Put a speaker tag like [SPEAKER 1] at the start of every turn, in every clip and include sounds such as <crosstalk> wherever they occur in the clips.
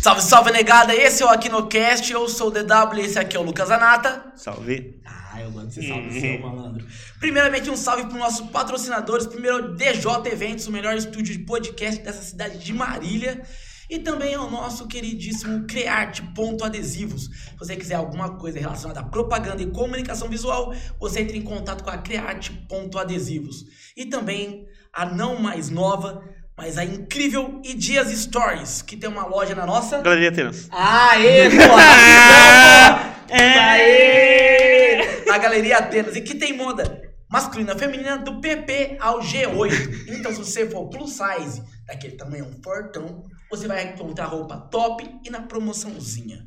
[SPEAKER 1] Salve, salve, negada! Esse é o Aquinocast, eu sou o DW e esse aqui é o Lucas Anata.
[SPEAKER 2] Salve.
[SPEAKER 1] Ah, eu mando esse salve, <laughs> seu malandro. Primeiramente, um salve para os nossos patrocinadores. Primeiro, DJ Eventos, o melhor estúdio de podcast dessa cidade de Marília. E também ao nosso queridíssimo Crearte.adesivos. Se você quiser alguma coisa relacionada à propaganda e comunicação visual, você entra em contato com a Crearte.adesivos. E também a não mais nova, mas a incrível E Dias Stories, que tem uma loja na nossa.
[SPEAKER 2] Galeria Atenas.
[SPEAKER 1] Aê, porra! Aê! Na Galeria Atenas. E que tem moda masculina, feminina, do PP ao G8. Então, se você for plus size, daquele tamanho um fortão, você vai encontrar roupa top e na promoçãozinha.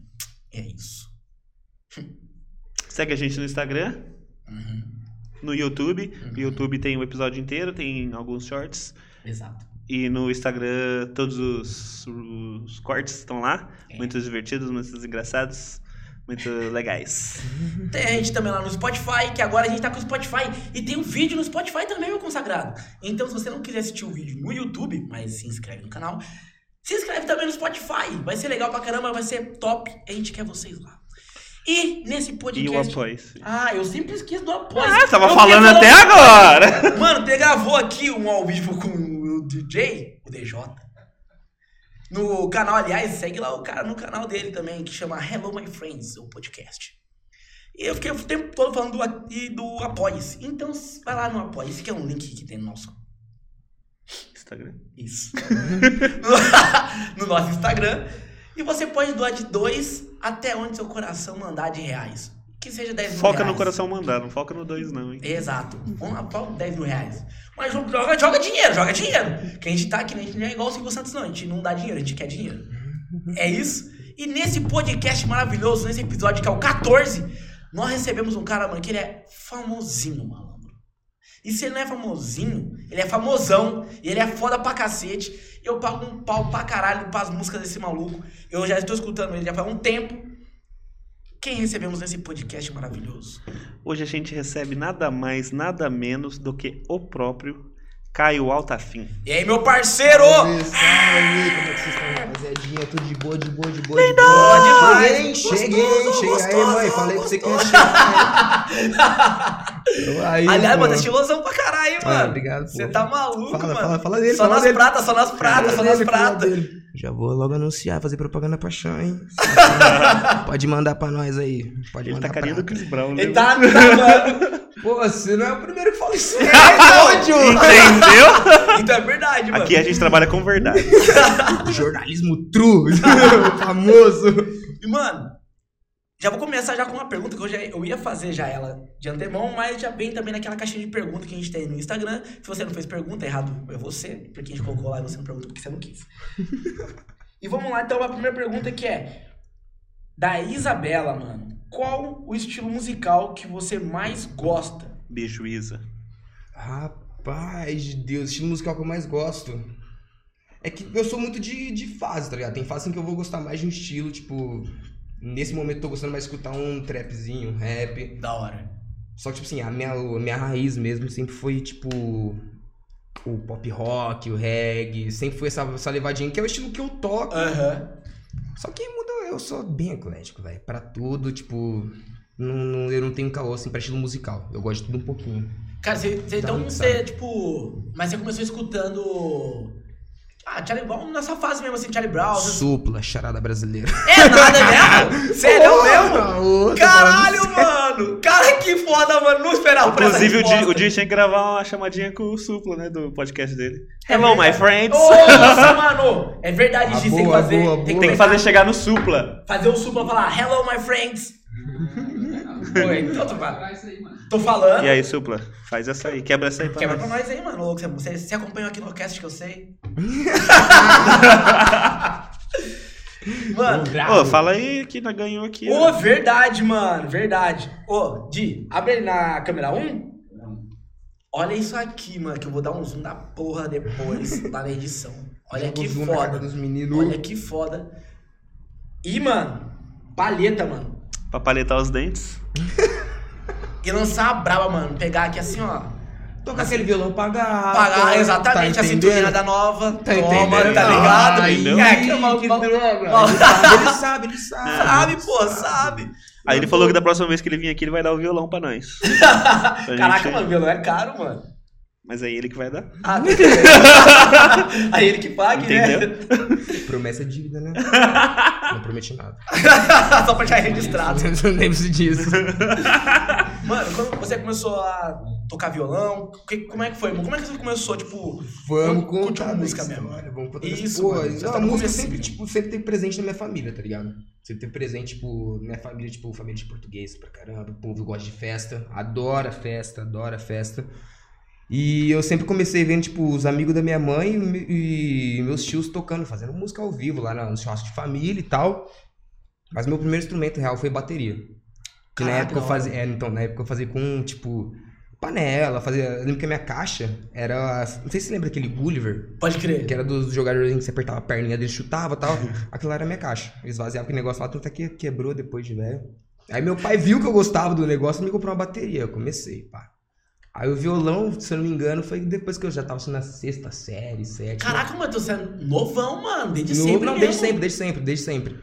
[SPEAKER 1] É isso.
[SPEAKER 2] Segue a gente no Instagram,
[SPEAKER 1] Uhum,
[SPEAKER 2] no YouTube. No YouTube tem o episódio inteiro, tem alguns shorts.
[SPEAKER 1] Exato.
[SPEAKER 2] E no Instagram todos os, os cortes estão lá. Muitos divertidos, muitos engraçados, muito
[SPEAKER 1] <laughs>
[SPEAKER 2] legais.
[SPEAKER 1] Tem a gente também lá no Spotify, que agora a gente tá com o Spotify. E tem um vídeo no Spotify também, meu consagrado. Então, se você não quiser assistir o vídeo no YouTube, mas se inscreve no canal, se inscreve também no Spotify. Vai ser legal pra caramba, vai ser top. A gente quer vocês lá. E nesse
[SPEAKER 2] E o
[SPEAKER 1] podcast.
[SPEAKER 2] apoio.
[SPEAKER 1] Ah, eu sempre esqueço do apoio.
[SPEAKER 2] Ah, tava
[SPEAKER 1] Eu
[SPEAKER 2] falando
[SPEAKER 1] quero
[SPEAKER 2] até
[SPEAKER 1] falar- um
[SPEAKER 2] agora!
[SPEAKER 1] Mano, você gravou aqui um ao vivo com o DJ, o DJ. No canal, aliás, segue lá o cara no canal dele também, que chama Hello My Friends, o podcast. E eu fiquei o tempo todo falando do, a- e do Apoia-se. Então, s- vai lá no Apoia-se, que é um link que tem no nosso.
[SPEAKER 2] Instagram.
[SPEAKER 1] Isso. <laughs> no, no nosso Instagram. E você pode doar de dois até onde seu coração mandar de reais. Que seja 10 mil
[SPEAKER 2] Foca
[SPEAKER 1] reais.
[SPEAKER 2] no coração mandar, não foca no dois não, hein?
[SPEAKER 1] Exato. Vamos lá, pau, 10 mil reais. Mas joga, joga dinheiro, joga dinheiro. Que a gente tá aqui, né? a gente não é igual o Silvio Santos, não. A gente não dá dinheiro, a gente quer dinheiro. É isso. E nesse podcast maravilhoso, nesse episódio que é o 14, nós recebemos um cara, mano, que ele é famosinho, malandro. E se ele não é famosinho, ele é famosão. E ele é foda pra cacete. Eu pago um pau pra caralho pras músicas desse maluco. Eu já estou escutando ele já faz um tempo. Quem recebemos nesse podcast maravilhoso?
[SPEAKER 2] Hoje a gente recebe nada mais, nada menos do que o próprio Caio Altafim.
[SPEAKER 1] E aí, meu parceiro?
[SPEAKER 3] Salve, salve, como é que vocês estão, rapaziadinha? Tudo de boa, de boa, de boa, de boa.
[SPEAKER 1] Demais,
[SPEAKER 3] Cheguei,
[SPEAKER 1] gostoso,
[SPEAKER 3] cheguei, cheguei. Aí,
[SPEAKER 1] gostoso,
[SPEAKER 3] mãe, falei pra você que eu ia
[SPEAKER 1] gostoso.
[SPEAKER 3] chegar.
[SPEAKER 1] <laughs>
[SPEAKER 3] Tô Aí,
[SPEAKER 1] Aliás,
[SPEAKER 3] pô.
[SPEAKER 1] mano, tá estilosão pra caralho, hein,
[SPEAKER 3] Ah,
[SPEAKER 1] mano.
[SPEAKER 3] Obrigado,
[SPEAKER 1] Você
[SPEAKER 3] pô.
[SPEAKER 1] tá maluco,
[SPEAKER 3] Fala,
[SPEAKER 1] mano.
[SPEAKER 3] fala, fala dele,
[SPEAKER 1] só
[SPEAKER 3] fala
[SPEAKER 1] nas
[SPEAKER 3] dele.
[SPEAKER 1] pratas, só nas pratas, só
[SPEAKER 3] Fala
[SPEAKER 1] nas
[SPEAKER 3] dele, fala
[SPEAKER 1] pratas.
[SPEAKER 3] dele. Já vou logo anunciar, fazer propaganda pra Chan,
[SPEAKER 1] <laughs>
[SPEAKER 3] hein? Pode mandar pra nós aí. Pode
[SPEAKER 2] Ele tá
[SPEAKER 3] mandar pra
[SPEAKER 2] carinha do
[SPEAKER 3] nós.
[SPEAKER 2] Chris Brown, né?
[SPEAKER 1] Ele tá, tá, mano.
[SPEAKER 3] Pô, você não é o primeiro que fala isso. né?
[SPEAKER 1] <laughs>
[SPEAKER 3] É
[SPEAKER 2] Entendeu?
[SPEAKER 1] Então é verdade, mano.
[SPEAKER 2] Aqui a gente trabalha com verdade.
[SPEAKER 3] ódio. Jornalismo true. <laughs> Famoso.
[SPEAKER 1] E, mano, já vou começar já com uma pergunta que eu, já, eu ia fazer já ela de antemão, mas já vem também naquela caixinha de pergunta que a gente tem no Instagram. Se você não fez pergunta, errado é você, porque a gente colocou lá e você não perguntou porque você não
[SPEAKER 3] <laughs>
[SPEAKER 1] quis. e vamos lá, então, a primeira pergunta que é da Isabela, mano. Qual o estilo musical que você mais gosta?
[SPEAKER 2] Bicho, Isa.
[SPEAKER 3] Rapaz de Deus, estilo musical que eu mais gosto. É que eu sou muito de, de fase, tá ligado? Tem fase em que eu vou gostar mais de um estilo, tipo. Nesse momento eu tô gostando mais de escutar um trapzinho, um rap.
[SPEAKER 1] Da hora.
[SPEAKER 3] Só que, tipo assim, a minha, a minha raiz mesmo sempre foi, tipo. O pop rock, o reggae, sempre foi essa, essa levadinha, que é o estilo que eu toco.
[SPEAKER 1] Aham.
[SPEAKER 3] Só que muda, eu sou bem eclético, velho. Pra tudo, tipo. Não, não- eu não tenho caô assim pra estilo musical. Eu gosto de tudo um pouquinho.
[SPEAKER 1] Cara, você, você-
[SPEAKER 3] Dá
[SPEAKER 1] então
[SPEAKER 3] muito
[SPEAKER 1] você, tipo. Mas você começou escutando. Ah, Charlie Brown nessa fase mesmo, assim, Charlie Brown.
[SPEAKER 3] <laughs>
[SPEAKER 1] essas-
[SPEAKER 3] Supla, charada brasileira.
[SPEAKER 1] É nada mesmo? Sério é mesmo?
[SPEAKER 3] mesmo?
[SPEAKER 1] Caralho, mano! Cara, que foda, mano! Não esperava por essa
[SPEAKER 2] Inclusive, o Di-
[SPEAKER 1] resposta.
[SPEAKER 2] o Di tinha que gravar uma chamadinha com o Supla, né? Do podcast dele.
[SPEAKER 1] É
[SPEAKER 2] Hello, my
[SPEAKER 1] verdade.
[SPEAKER 2] friends.
[SPEAKER 1] Ô, Nossa, mano! É verdade,
[SPEAKER 3] Ah,
[SPEAKER 1] Gi, tem que
[SPEAKER 3] boa,
[SPEAKER 1] fazer.
[SPEAKER 3] boa,
[SPEAKER 1] tem, que-
[SPEAKER 3] boa.
[SPEAKER 2] Tem que fazer chegar no Supla.
[SPEAKER 1] fazer o supla falar Hello,
[SPEAKER 4] <laughs>
[SPEAKER 1] my friends! Oi, então tô falando.
[SPEAKER 4] isso aí, mano.
[SPEAKER 1] Tô falando.
[SPEAKER 2] E aí, Supla, faz essa aí. Quebra essa aí pra
[SPEAKER 1] Quebra pra
[SPEAKER 2] nós.
[SPEAKER 1] nós aí, mano. louco. Você, você acompanhou aqui no cast que eu sei. <laughs> mano,
[SPEAKER 2] Ô, fala aí que nós ganhou aqui.
[SPEAKER 1] ô,
[SPEAKER 2] né?
[SPEAKER 1] verdade, mano. Verdade. Ô, Di, abre na câmera 1. Olha isso aqui, mano, que eu vou dar um zoom da porra
[SPEAKER 3] <laughs>
[SPEAKER 1] depois, lá na edição. Olha que foda.
[SPEAKER 3] dos meninos.
[SPEAKER 1] Olha que foda. E, mano, palheta, mano.
[SPEAKER 2] Pra paletar os dentes.
[SPEAKER 1] E lançar a braba, mano. Pegar aqui assim, ó.
[SPEAKER 3] Tocar aquele violão pagar.
[SPEAKER 1] Pagar, exatamente, a cinturinha da nova,
[SPEAKER 3] Tá
[SPEAKER 1] toma,
[SPEAKER 3] entendendo?
[SPEAKER 1] tá ligado?
[SPEAKER 2] Ah,
[SPEAKER 1] Aí,
[SPEAKER 2] entendeu?
[SPEAKER 1] é, que é mal,
[SPEAKER 3] que
[SPEAKER 1] mal,
[SPEAKER 3] droga.
[SPEAKER 1] mal-
[SPEAKER 3] Ele sabe, ele sabe, ele sabe.
[SPEAKER 1] <laughs> sabe, pô, sabe.
[SPEAKER 2] Aí ele falou que da próxima vez que ele vir aqui, ele vai dar o violão pra
[SPEAKER 1] <laughs>
[SPEAKER 2] nós.
[SPEAKER 3] Tá
[SPEAKER 2] Pra
[SPEAKER 1] Caraca,
[SPEAKER 2] gente-
[SPEAKER 1] mano, violão é caro, mano.
[SPEAKER 3] <laughs>
[SPEAKER 2] Mas aí ele que vai dar.
[SPEAKER 1] Ah, aí ele que pague, né?
[SPEAKER 2] Entendeu?
[SPEAKER 3] Promessa é
[SPEAKER 1] <laughs>
[SPEAKER 3] dívida, né? Não prometi nada.
[SPEAKER 1] Só pra já registrado.
[SPEAKER 3] Eu <laughs> nem preciso disso.
[SPEAKER 1] Mano, quando você começou a tocar violão, que- como é que foi? Como é que você começou, tipo...
[SPEAKER 3] Vamos
[SPEAKER 1] Curte
[SPEAKER 3] contar
[SPEAKER 1] uma
[SPEAKER 3] a
[SPEAKER 1] música
[SPEAKER 3] história,
[SPEAKER 1] mesmo.
[SPEAKER 3] Vamos contar
[SPEAKER 1] Isso,
[SPEAKER 3] Isso,
[SPEAKER 1] mano,
[SPEAKER 3] pô,
[SPEAKER 1] já
[SPEAKER 3] não,
[SPEAKER 1] tá
[SPEAKER 3] a
[SPEAKER 1] no
[SPEAKER 3] música
[SPEAKER 1] comecinho.
[SPEAKER 3] sempre, tipo, sempre teve presente na minha família, tá ligado? Sempre teve presente, tipo, minha família, tipo, família de português pra caramba. O povo gosta de festa, adora festa, adora festa. E eu sempre comecei vendo, tipo, os amigos da minha mãe e me- e meus tios tocando, fazendo música ao vivo lá na- no churrasco de família e tal. Mas meu primeiro instrumento real foi bateria. Que na
[SPEAKER 1] Caraca,
[SPEAKER 3] época eu
[SPEAKER 1] da hora.
[SPEAKER 3] fazia. é, então, na época eu fazia com, tipo, panela, fazia. Eu lembro que a minha caixa era. Não sei se você lembra aquele Gulliver,
[SPEAKER 1] Pode crer.
[SPEAKER 3] que era dos jogadores em que você apertava a perninha dele, chutava e tal. Aquilo lá era a minha caixa. Eu esvaziava aquele negócio lá, tanto é que quebrou depois de velho. Aí meu pai viu que eu gostava do negócio e me comprou uma bateria. Eu comecei, pá. Aí o violão, se eu não me engano, foi depois que eu já tava assim, na sexta série, sétima.
[SPEAKER 1] Caraca, mano, você é novão, mano. Desde
[SPEAKER 3] No-
[SPEAKER 1] sempre né?
[SPEAKER 3] não,
[SPEAKER 1] mesmo.
[SPEAKER 3] desde sempre, desde sempre, desde sempre.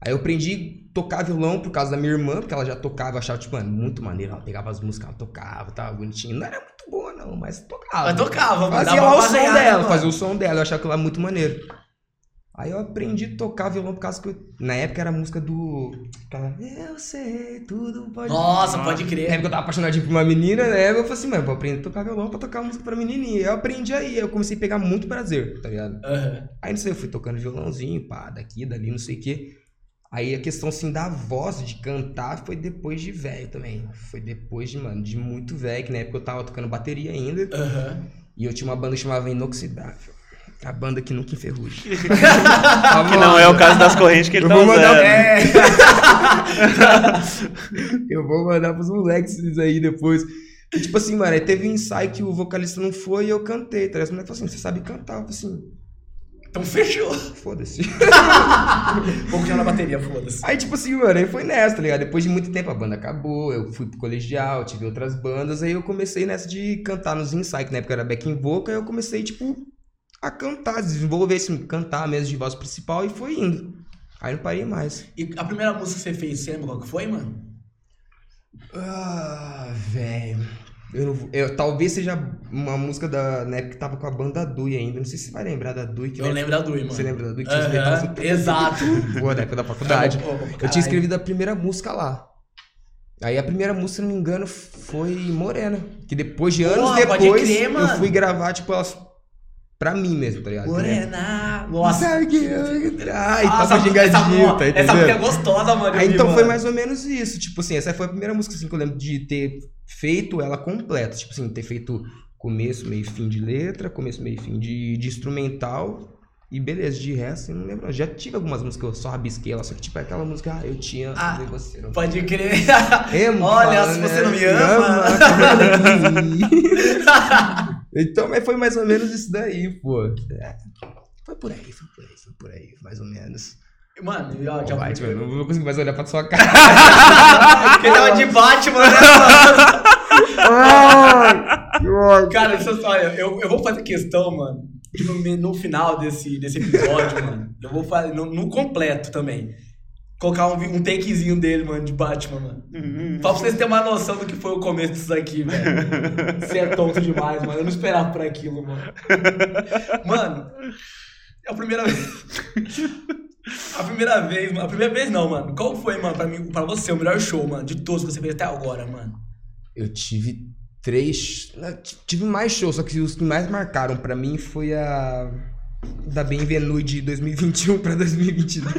[SPEAKER 3] Aí eu aprendi a tocar violão por causa da minha irmã, porque ela já tocava, eu achava, tipo, mano, muito maneiro. Ela pegava as músicas, ela tocava, tava bonitinho. Não era muito boa, não, mas tocava.
[SPEAKER 1] Mas tocava, mano.
[SPEAKER 3] Fazia
[SPEAKER 1] dava
[SPEAKER 3] lá o
[SPEAKER 1] pra
[SPEAKER 3] som
[SPEAKER 1] ganhar, né,
[SPEAKER 3] dela,
[SPEAKER 1] mano?
[SPEAKER 3] fazia o som dela, eu achava aquilo lá muito maneiro. Aí eu aprendi a tocar violão por causa que eu- na época era a música do. Aquela, eu sei, tudo pode.
[SPEAKER 1] Nossa, pode
[SPEAKER 3] Na
[SPEAKER 1] crer.
[SPEAKER 3] época eu tava apaixonadinho por uma menina, né? Eu falei assim, mano, vou aprender a tocar violão pra tocar música pra menininha. Eu aprendi aí, eu comecei a pegar muito prazer, tá ligado?
[SPEAKER 1] Aham.
[SPEAKER 3] Aí não sei, eu fui tocando violãozinho, pá, daqui, dali, não sei o quê. Aí a questão assim da voz, de cantar, foi depois de velho também. Foi depois de, mano, de muito velho, que na época eu tava tocando bateria ainda.
[SPEAKER 1] Aham.
[SPEAKER 3] E eu tinha uma banda que chamava Inoxidável. A banda que nunca
[SPEAKER 2] <laughs>
[SPEAKER 3] enferruja.
[SPEAKER 2] Que não é o caso das correntes que ele
[SPEAKER 3] Eu
[SPEAKER 2] tá
[SPEAKER 3] vou mandar
[SPEAKER 2] usando.
[SPEAKER 3] é. <laughs> Eu vou mandar pros moleques isso aí depois. E, tipo assim, mano, aí teve um ensaio que o vocalista não foi e eu cantei. Tá? ligado? Os moleques falaram assim, você sabe cantar. Eu falei assim,
[SPEAKER 1] Então
[SPEAKER 3] <laughs>
[SPEAKER 1] fechou.
[SPEAKER 3] foda-se.
[SPEAKER 1] Vou continuar na bateria, foda-se.
[SPEAKER 3] Aí, tipo assim, mano, aí foi nessa, tá ligado? Depois de muito tempo a banda acabou, eu fui pro colegial, tive outras bandas, aí eu comecei nessa de cantar nos ensaios, que na época era back in vocal, aí eu comecei, tipo, a cantar, desenvolver, assim, cantar mesmo de voz principal e foi indo. Aí não parei mais.
[SPEAKER 1] E a primeira música que você fez, você lembra qual que foi, mano?
[SPEAKER 3] Ah, velho. Eu, não vou- eu- talvez seja uma música da, na época que tava com a banda Dui ainda. Não sei se você vai lembrar da Dui. Que
[SPEAKER 1] Eu
[SPEAKER 3] na-
[SPEAKER 1] lembro da Dui, mano.
[SPEAKER 3] Você lembra da Dui? Que tinha os metais
[SPEAKER 1] Aham. Exato. Tá
[SPEAKER 3] assim, boa, na época da faculdade.
[SPEAKER 1] Pô,
[SPEAKER 3] Eu tinha
[SPEAKER 1] caralho.
[SPEAKER 3] escrevido a primeira música lá. Aí a primeira música, se não me engano, foi Morena. Que depois de anos
[SPEAKER 1] Porra, pode
[SPEAKER 3] depois,
[SPEAKER 1] crer,
[SPEAKER 3] eu
[SPEAKER 1] mano.
[SPEAKER 3] fui gravar, tipo, elas pra mim mesmo, tá ligado?
[SPEAKER 1] Morena. Nossa.
[SPEAKER 3] Sabe que eu- Ai, tá
[SPEAKER 1] Nossa,
[SPEAKER 3] tava
[SPEAKER 1] essa,
[SPEAKER 3] gingadinho, tá
[SPEAKER 1] essa, essa música é
[SPEAKER 3] entendendo?
[SPEAKER 1] gostosa, mano.
[SPEAKER 3] Aí
[SPEAKER 1] eu vi,
[SPEAKER 3] então foi
[SPEAKER 1] mano.
[SPEAKER 3] mais ou menos isso. Tipo assim, essa foi a primeira música assim, que eu lembro de ter feito ela completa. Tipo assim, ter feito começo, meio e fim de letra, começo, meio e fim de, de instrumental. E beleza, de resto, eu não lembro. não. Já tive algumas músicas que eu só rabisquei ela, só que tipo é aquela música, ah, eu te amo,
[SPEAKER 1] Ah,
[SPEAKER 3] e você não
[SPEAKER 1] Pode crer.
[SPEAKER 3] Emo,
[SPEAKER 1] Olha,
[SPEAKER 3] fala,
[SPEAKER 1] se
[SPEAKER 3] né?
[SPEAKER 1] você não me ama.
[SPEAKER 3] então, mas foi mais ou menos isso daí, pô. É, Foi por aí, foi por aí, foi por aí, mais ou menos.
[SPEAKER 1] Mano, e ó, já
[SPEAKER 3] Vai,
[SPEAKER 1] vai.
[SPEAKER 3] tipo, eu não vou conseguir mais olhar pra sua cara.
[SPEAKER 1] Porque tava de Batman, né, mano?
[SPEAKER 3] <laughs> Ai, que ódio.
[SPEAKER 1] Cara, deixa eu só, olha, eu, eu vou fazer questão, mano, de no, me- no final desse, desse episódio, mano, eu vou fazer, no, no completo também, colocar um, vi- um takezinho dele, mano, de Batman, mano. Só pra vocês terem uma noção do que foi o começo disso aqui, <laughs> velho. Você é tonto demais, mano. Eu não esperava por aquilo, mano. Mano, é a primeira vez. A primeira vez, mano. A primeira vez não, mano. Qual foi, mano, pra, mim, pra você, o melhor show, mano, de todos que você fez até agora, mano?
[SPEAKER 3] Eu tive três. né, t- Tive mais shows, só que os que mais marcaram pra mim foi a. Da Benvenue de 2021 pra <laughs> 2022.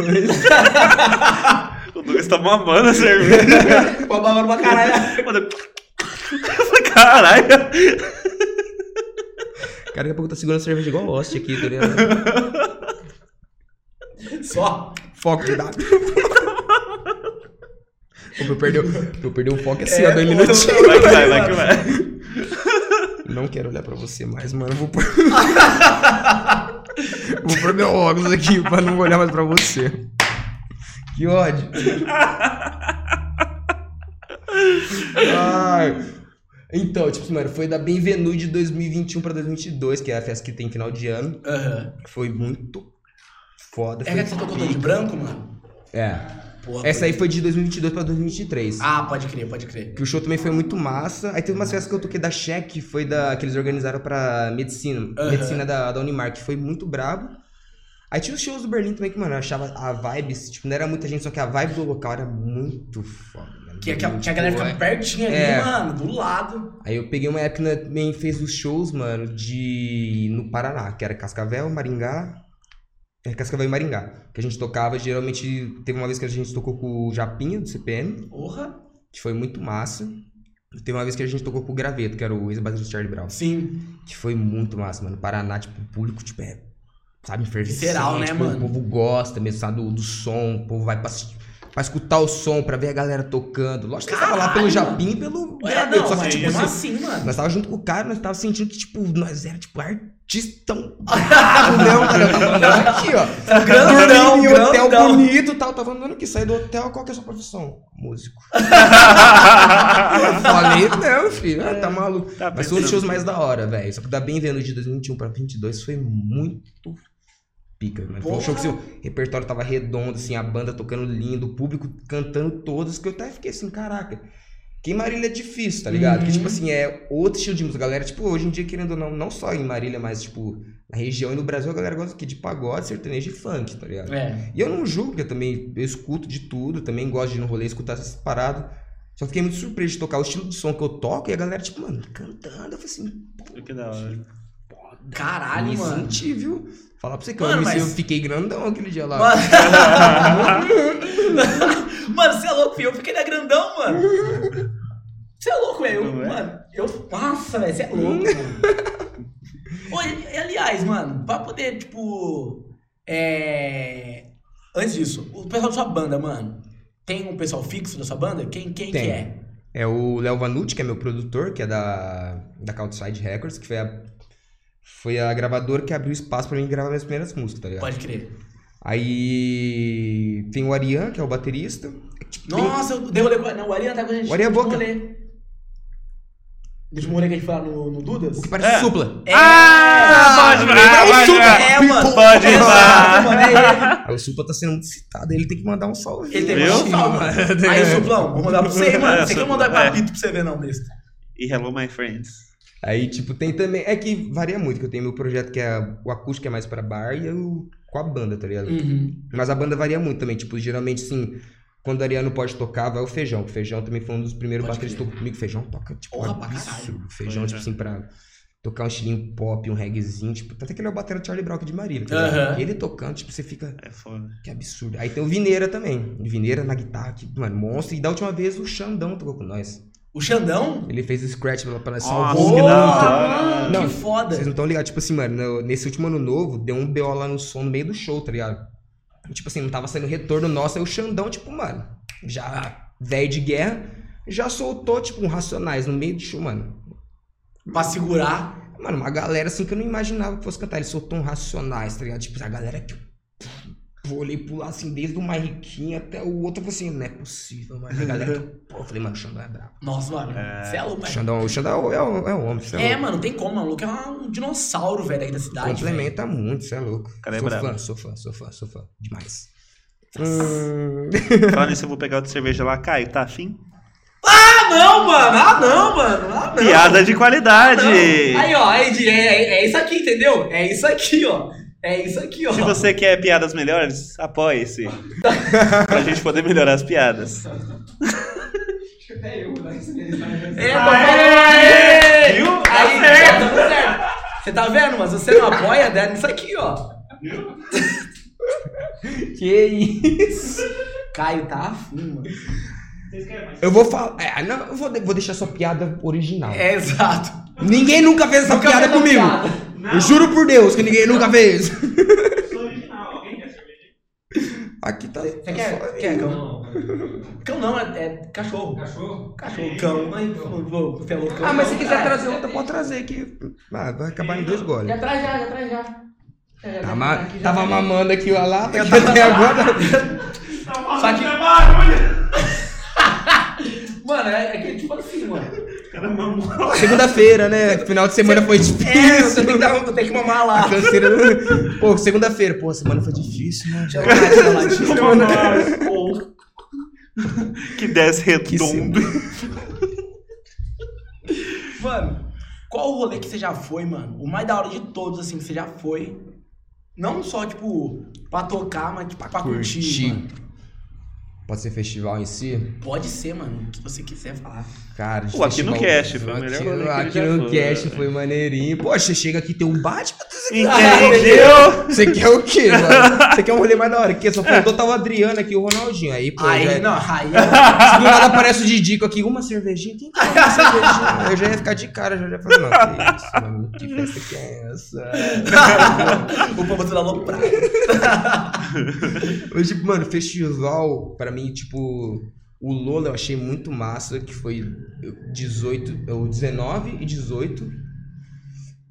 [SPEAKER 2] O Douglas tá mamando a cerveja.
[SPEAKER 1] <laughs> Pô, babando pra caralho.
[SPEAKER 2] Mano, <laughs> Caralho.
[SPEAKER 3] Cara, daqui a pouco tá segurando cerveja igual Lost aqui, tá ligado?
[SPEAKER 1] Só.
[SPEAKER 3] Foco de dado. Pô, pra eu perder, o- pra eu perder o foco é assim, ó, dois
[SPEAKER 1] pô,
[SPEAKER 3] minutinhos.
[SPEAKER 2] Vai que vai, vai que vai.
[SPEAKER 3] Não quero olhar pra você mais, mano. Vou pôr. <laughs> Vou pôr meu óculos aqui pra não olhar mais pra você. Que ódio. Ai. Então, tipo assim, mano, foi da Benvenue de 2021 pra 2022, que é a festa que tem final de ano.
[SPEAKER 1] Aham.
[SPEAKER 3] Foi muito foda.
[SPEAKER 1] É
[SPEAKER 3] foi
[SPEAKER 1] que você tocou todo de branco, mano?
[SPEAKER 3] É.
[SPEAKER 1] Porra,
[SPEAKER 3] Essa
[SPEAKER 1] foi-
[SPEAKER 3] aí foi de 2022 pra 2023.
[SPEAKER 1] Ah, pode crer, pode crer.
[SPEAKER 3] Que o show também foi muito massa. Aí teve umas festas que eu toquei da Check, que foi da que eles organizaram pra medicina,
[SPEAKER 1] Aham.
[SPEAKER 3] medicina da, da Unimar, que foi muito brabo. Aí tinha os shows do Berlim também que, mano, eu achava a vibe, tipo, não era muita gente, só que a vibe do local era muito foda, mano.
[SPEAKER 1] Que, que a,
[SPEAKER 3] Muito
[SPEAKER 1] que a galera
[SPEAKER 3] boa.
[SPEAKER 1] fica pertinho ali,
[SPEAKER 3] É.
[SPEAKER 1] mano, do lado.
[SPEAKER 3] Aí eu peguei uma época que também fez os shows, mano, de. no Paraná, que era Cascavel, Maringá. É, Cascavel e Maringá. Que a gente tocava, geralmente. Teve uma vez que a gente tocou com o Japinha, do CPM,
[SPEAKER 1] Porra.
[SPEAKER 3] que foi muito massa. E Teve uma vez que a gente tocou com o Graveto, que era o ex-baterista do Charlie Brown.
[SPEAKER 1] Sim.
[SPEAKER 3] Que foi muito massa, mano. Paraná, tipo, o público, tipo, é. Sabe, enfervescente.
[SPEAKER 1] Visceral, né,
[SPEAKER 3] tipo,
[SPEAKER 1] mano?
[SPEAKER 3] O povo gosta mesmo, sabe, do, do som. O povo vai pra, assisti- pra escutar o som, pra ver a galera tocando. Lógico que eu tava lá pelo
[SPEAKER 1] Caralho, mano.
[SPEAKER 3] Japim e pelo
[SPEAKER 1] É,
[SPEAKER 3] Graveto.
[SPEAKER 1] não,
[SPEAKER 3] só
[SPEAKER 1] mas
[SPEAKER 3] que,
[SPEAKER 2] aí
[SPEAKER 3] tipo,
[SPEAKER 1] mesmo
[SPEAKER 3] você-
[SPEAKER 1] assim, mano.
[SPEAKER 3] nós tava junto com o cara, nós tava sentindo que, tipo, nós era, tipo, artistão
[SPEAKER 1] <laughs>
[SPEAKER 3] brabo mesmo, cara. Tava andando aqui, ó.
[SPEAKER 1] Grandão,
[SPEAKER 3] Dormindo em hotel
[SPEAKER 1] grandão.
[SPEAKER 3] bonito e tal. Tava andando aqui, saí do hotel. Qual que é a sua profissão? Músico. Eu Falei, não, filho. Ah,
[SPEAKER 1] É.
[SPEAKER 3] tá maluco.
[SPEAKER 2] Tá
[SPEAKER 3] Mas foi um
[SPEAKER 2] pensando.
[SPEAKER 3] dos shows mais da hora, velho. Só que da Bem Vendo de 2021 pra 2022 foi muito pica, mano. Foi um
[SPEAKER 1] Porra.
[SPEAKER 3] show que assim, o repertório tava redondo, assim, a banda tocando lindo, o público cantando todas, que eu até fiquei assim, caraca. Que em Marília é difícil, tá ligado? Porque,
[SPEAKER 1] Uhum.
[SPEAKER 3] tipo assim, é outro estilo de música. A Galera, tipo, hoje em dia, querendo ou não, não só em Marília, mas, tipo, na região e no Brasil, a galera gosta aqui de pagode, sertanejo e funk, tá ligado?
[SPEAKER 1] É.
[SPEAKER 3] E eu não julgo, porque eu também eu escuto de tudo, também gosto de ir no rolê escutar essas paradas. Só fiquei muito surpreso de tocar o estilo de som que eu toco e a galera, tipo, mano, cantando. Eu falei assim,
[SPEAKER 2] Que da hora.
[SPEAKER 1] Caralho,
[SPEAKER 3] me
[SPEAKER 1] mano.
[SPEAKER 3] senti, viu? Falar pra você que eu,
[SPEAKER 1] Mano,
[SPEAKER 3] me senti,
[SPEAKER 1] mas-
[SPEAKER 3] eu fiquei grandão aquele dia lá.
[SPEAKER 1] Mano. <laughs> mano, você é louco, filho. Eu fiquei na grandão, mano. Você é louco, velho. Eu-
[SPEAKER 2] Não é?
[SPEAKER 1] Mano, eu. Nossa, velho, você é louco, mano.
[SPEAKER 2] Hum.
[SPEAKER 1] Ô, e- e aliás, mano, pra poder, tipo. É. Antes disso, o pessoal da sua banda, mano. Tem um pessoal fixo da sua banda? Quem, quem que
[SPEAKER 3] Tem.
[SPEAKER 1] é?
[SPEAKER 3] É o Léo Vanucci, que é meu produtor, que é da, da Couchside Records, que foi a, foi a gravadora que abriu espaço pra mim gravar minhas primeiras músicas,
[SPEAKER 2] É.
[SPEAKER 3] tá ligado?
[SPEAKER 1] Pode crer.
[SPEAKER 3] Aí tem o Arian, que é o baterista.
[SPEAKER 1] Tipo, Nossa, eu dei rolê com. Não, o Ariana tá com a gente.
[SPEAKER 3] O
[SPEAKER 2] é
[SPEAKER 3] Ariana
[SPEAKER 1] último
[SPEAKER 3] Boca.
[SPEAKER 1] rolê. Último um rolê que a gente foi lá no, no Dudas?
[SPEAKER 3] O que parece
[SPEAKER 2] É.
[SPEAKER 3] supla.
[SPEAKER 1] É,
[SPEAKER 2] Ah, pode
[SPEAKER 1] mano,
[SPEAKER 2] falar,
[SPEAKER 1] é o
[SPEAKER 2] pode
[SPEAKER 1] Supla.
[SPEAKER 2] falar.
[SPEAKER 1] É, mano.
[SPEAKER 2] Pode
[SPEAKER 1] É,
[SPEAKER 2] falar.
[SPEAKER 1] mano,
[SPEAKER 2] <laughs>
[SPEAKER 1] é ele.
[SPEAKER 3] Aí o Supla tá sendo muito citado, ele tem que mandar um salve.
[SPEAKER 1] Ele tem que
[SPEAKER 2] Viu?
[SPEAKER 1] mandar um salve.
[SPEAKER 3] <laughs>
[SPEAKER 1] mano. Aí, Suplão, vou mandar pra você, aí, mano.
[SPEAKER 2] É,
[SPEAKER 1] Você quer
[SPEAKER 2] Supla,
[SPEAKER 1] mandar
[SPEAKER 2] é.
[SPEAKER 1] papito pra você ver, não, besta.
[SPEAKER 2] E hello, my friends.
[SPEAKER 3] Aí, tipo, tem também. É que varia muito, que eu tenho meu projeto que é o acústico, que é mais pra bar, e eu com a banda, tá
[SPEAKER 2] Hum.
[SPEAKER 3] ligado?
[SPEAKER 1] Uhum.
[SPEAKER 3] Mas a banda varia muito também, tipo, geralmente, assim, quando o Ariano pode tocar, vai o Feijão. que O Feijão também foi um dos primeiros
[SPEAKER 1] Pode
[SPEAKER 3] bateristas que tocou comigo. Feijão toca, tipo, um
[SPEAKER 1] Porra, pra
[SPEAKER 3] absurdo. Feijão,
[SPEAKER 2] Pois
[SPEAKER 3] tipo
[SPEAKER 2] é.
[SPEAKER 3] assim, pra tocar um estilinho pop, um reggaezinho, tipo, tanto que ele é o batera do Charlie Brown aqui de Marília, tá ligado?
[SPEAKER 1] Aham.
[SPEAKER 3] Ele tocando, tipo, você fica,
[SPEAKER 2] É foda.
[SPEAKER 3] que absurdo. Aí tem o Vineira também. O Vineira na guitarra, que, mano, monstro. E da última vez o Xandão tocou com nós.
[SPEAKER 1] O Xandão?
[SPEAKER 3] Ele fez o scratch pra, pra nós,
[SPEAKER 2] Nossa,
[SPEAKER 3] salvou
[SPEAKER 2] que
[SPEAKER 1] Porra,
[SPEAKER 2] da hora.
[SPEAKER 1] mano,
[SPEAKER 3] Não,
[SPEAKER 1] que foda.
[SPEAKER 3] Vocês não estão ligados, tipo assim, mano, no- nesse último ano novo, deu um BO lá no som no meio do show, tá ligado? E, Tipo assim, não tava saindo retorno nosso, aí o Xandão, tipo, mano, já velho de guerra, já soltou, tipo, um Racionais no meio do show, mano.
[SPEAKER 1] Pra segurar.
[SPEAKER 3] Mano, uma galera assim que eu não imaginava que fosse cantar, ele soltou um Racionais, tá ligado? Tipo, a galera que eu pô, olhei pular assim, desde o Marriquinho até o outro, eu falei assim, não é possível, mano. A galera que eu, pô, eu falei, mano, o Xandão é brabo.
[SPEAKER 1] Nossa, mano. Você é louco,
[SPEAKER 3] O
[SPEAKER 1] velho.
[SPEAKER 3] Xandão, o Xandão é o, é o homem, você é
[SPEAKER 1] É,
[SPEAKER 3] louco.
[SPEAKER 1] mano, não tem como, mano. O Luke é um dinossauro, velho, aí da
[SPEAKER 3] Tá
[SPEAKER 1] cidade. velho.
[SPEAKER 3] Complementa muito, você é louco.
[SPEAKER 2] cara é
[SPEAKER 3] sou
[SPEAKER 2] brabo.
[SPEAKER 3] fã, sou fã, sou fã, sou fã. Demais. Hum,
[SPEAKER 2] Falando nisso, eu vou pegar outra cerveja lá. Caio, tá afim?
[SPEAKER 1] Ah, não, mano. Ah, não, mano. Ah, não.
[SPEAKER 2] Piada de qualidade!
[SPEAKER 1] Não. Aí, ó, é, de- é- é isso aqui, entendeu? É isso aqui, ó. É isso aqui, ó.
[SPEAKER 2] Se você quer piadas melhores, apoie-se. pra gente poder melhorar as piadas.
[SPEAKER 4] É eu, né?
[SPEAKER 1] É,
[SPEAKER 4] É.
[SPEAKER 1] tô
[SPEAKER 2] Aê!
[SPEAKER 1] falando,
[SPEAKER 2] Viu? Tá
[SPEAKER 1] Aí,
[SPEAKER 2] certo.
[SPEAKER 1] tá tudo certo. Você tá vendo, mas você não apoia, né? Isso aqui, ó.
[SPEAKER 3] que isso?
[SPEAKER 1] Caio tá afim, mano.
[SPEAKER 4] Vocês querem mais?
[SPEAKER 3] Eu vou falar. É, não, eu vou, de- vou deixar sua piada original.
[SPEAKER 1] É, exato.
[SPEAKER 3] Ninguém nunca fez essa piada
[SPEAKER 1] fez
[SPEAKER 3] comigo.
[SPEAKER 1] essa
[SPEAKER 4] Não,
[SPEAKER 3] Eu juro por Deus que ninguém nunca fez.
[SPEAKER 4] sou original. Alguém quer cerveja?
[SPEAKER 3] Aqui tá.
[SPEAKER 1] Você quer,
[SPEAKER 3] só-
[SPEAKER 1] quer cão?
[SPEAKER 4] Não.
[SPEAKER 1] Cão não, é, é cachorro.
[SPEAKER 4] Cachorro?
[SPEAKER 1] Cachorro, cão. Ai, vou, vou, você é louco, cão.
[SPEAKER 3] Ah, mas se quiser
[SPEAKER 1] Ah,
[SPEAKER 3] trazer outra, pode trazer aqui. Ah, vai acabar em dois goles.
[SPEAKER 1] Já traz já, já traz já. Já, já,
[SPEAKER 3] Tá
[SPEAKER 1] já,
[SPEAKER 3] ma-
[SPEAKER 1] tá aqui, já,
[SPEAKER 3] tava
[SPEAKER 1] já.
[SPEAKER 3] mamando aqui a lata
[SPEAKER 1] Eu
[SPEAKER 3] que
[SPEAKER 1] tava-
[SPEAKER 3] até agora.
[SPEAKER 4] Tá
[SPEAKER 1] Só
[SPEAKER 4] falando
[SPEAKER 1] que-
[SPEAKER 4] que é barulho!
[SPEAKER 1] Mano, é, é que tipo assim, mano.
[SPEAKER 2] Era mamão.
[SPEAKER 3] Segunda-feira, né? Final de semana foi
[SPEAKER 1] É, eu
[SPEAKER 3] difícil.
[SPEAKER 1] tenho que, dar, eu tenho que mamar lá.
[SPEAKER 3] A canseira. Pô, segunda-feira. Pô, semana foi difícil, mano. <laughs> Já tá
[SPEAKER 2] Que desce redondo.
[SPEAKER 1] Mano, qual o rolê que você já foi, mano? O mais da hora de todos, assim, que você já foi. Não só, tipo, pra tocar, mas tipo, pra, curtir. mano.
[SPEAKER 3] Pode ser festival em si?
[SPEAKER 1] Pode ser, mano, o que você quiser falar.
[SPEAKER 3] Cara, de
[SPEAKER 2] Pô, aqui no
[SPEAKER 3] festival-
[SPEAKER 2] Cash foi o melhor
[SPEAKER 3] Aqui,
[SPEAKER 2] rolê que ele
[SPEAKER 3] aqui
[SPEAKER 2] já
[SPEAKER 3] no
[SPEAKER 2] foi,
[SPEAKER 3] Cash
[SPEAKER 2] velho.
[SPEAKER 3] foi maneirinho. Poxa, chega aqui tem um Batman.
[SPEAKER 2] Entendeu?
[SPEAKER 3] Você quer o <laughs> quê, mano? Você quer um rolê mais da hora? Que só faltou tava o Adriano aqui, o Ronaldinho. Aí, pô,
[SPEAKER 1] aí,
[SPEAKER 3] já- é-
[SPEAKER 1] não, aí.
[SPEAKER 3] <laughs> Se do nada aparece o Didico aqui, uma cervejinha, quem quer uma cervejinha? Eu já ia ficar de cara, já ia falar, não, que isso, mano, que festa que é essa?
[SPEAKER 1] o povo tudo aloprado.
[SPEAKER 3] Mas, tipo, mano, festival, pra mim, tipo, o Lola eu achei muito massa, que foi 18, ou 19 e 18.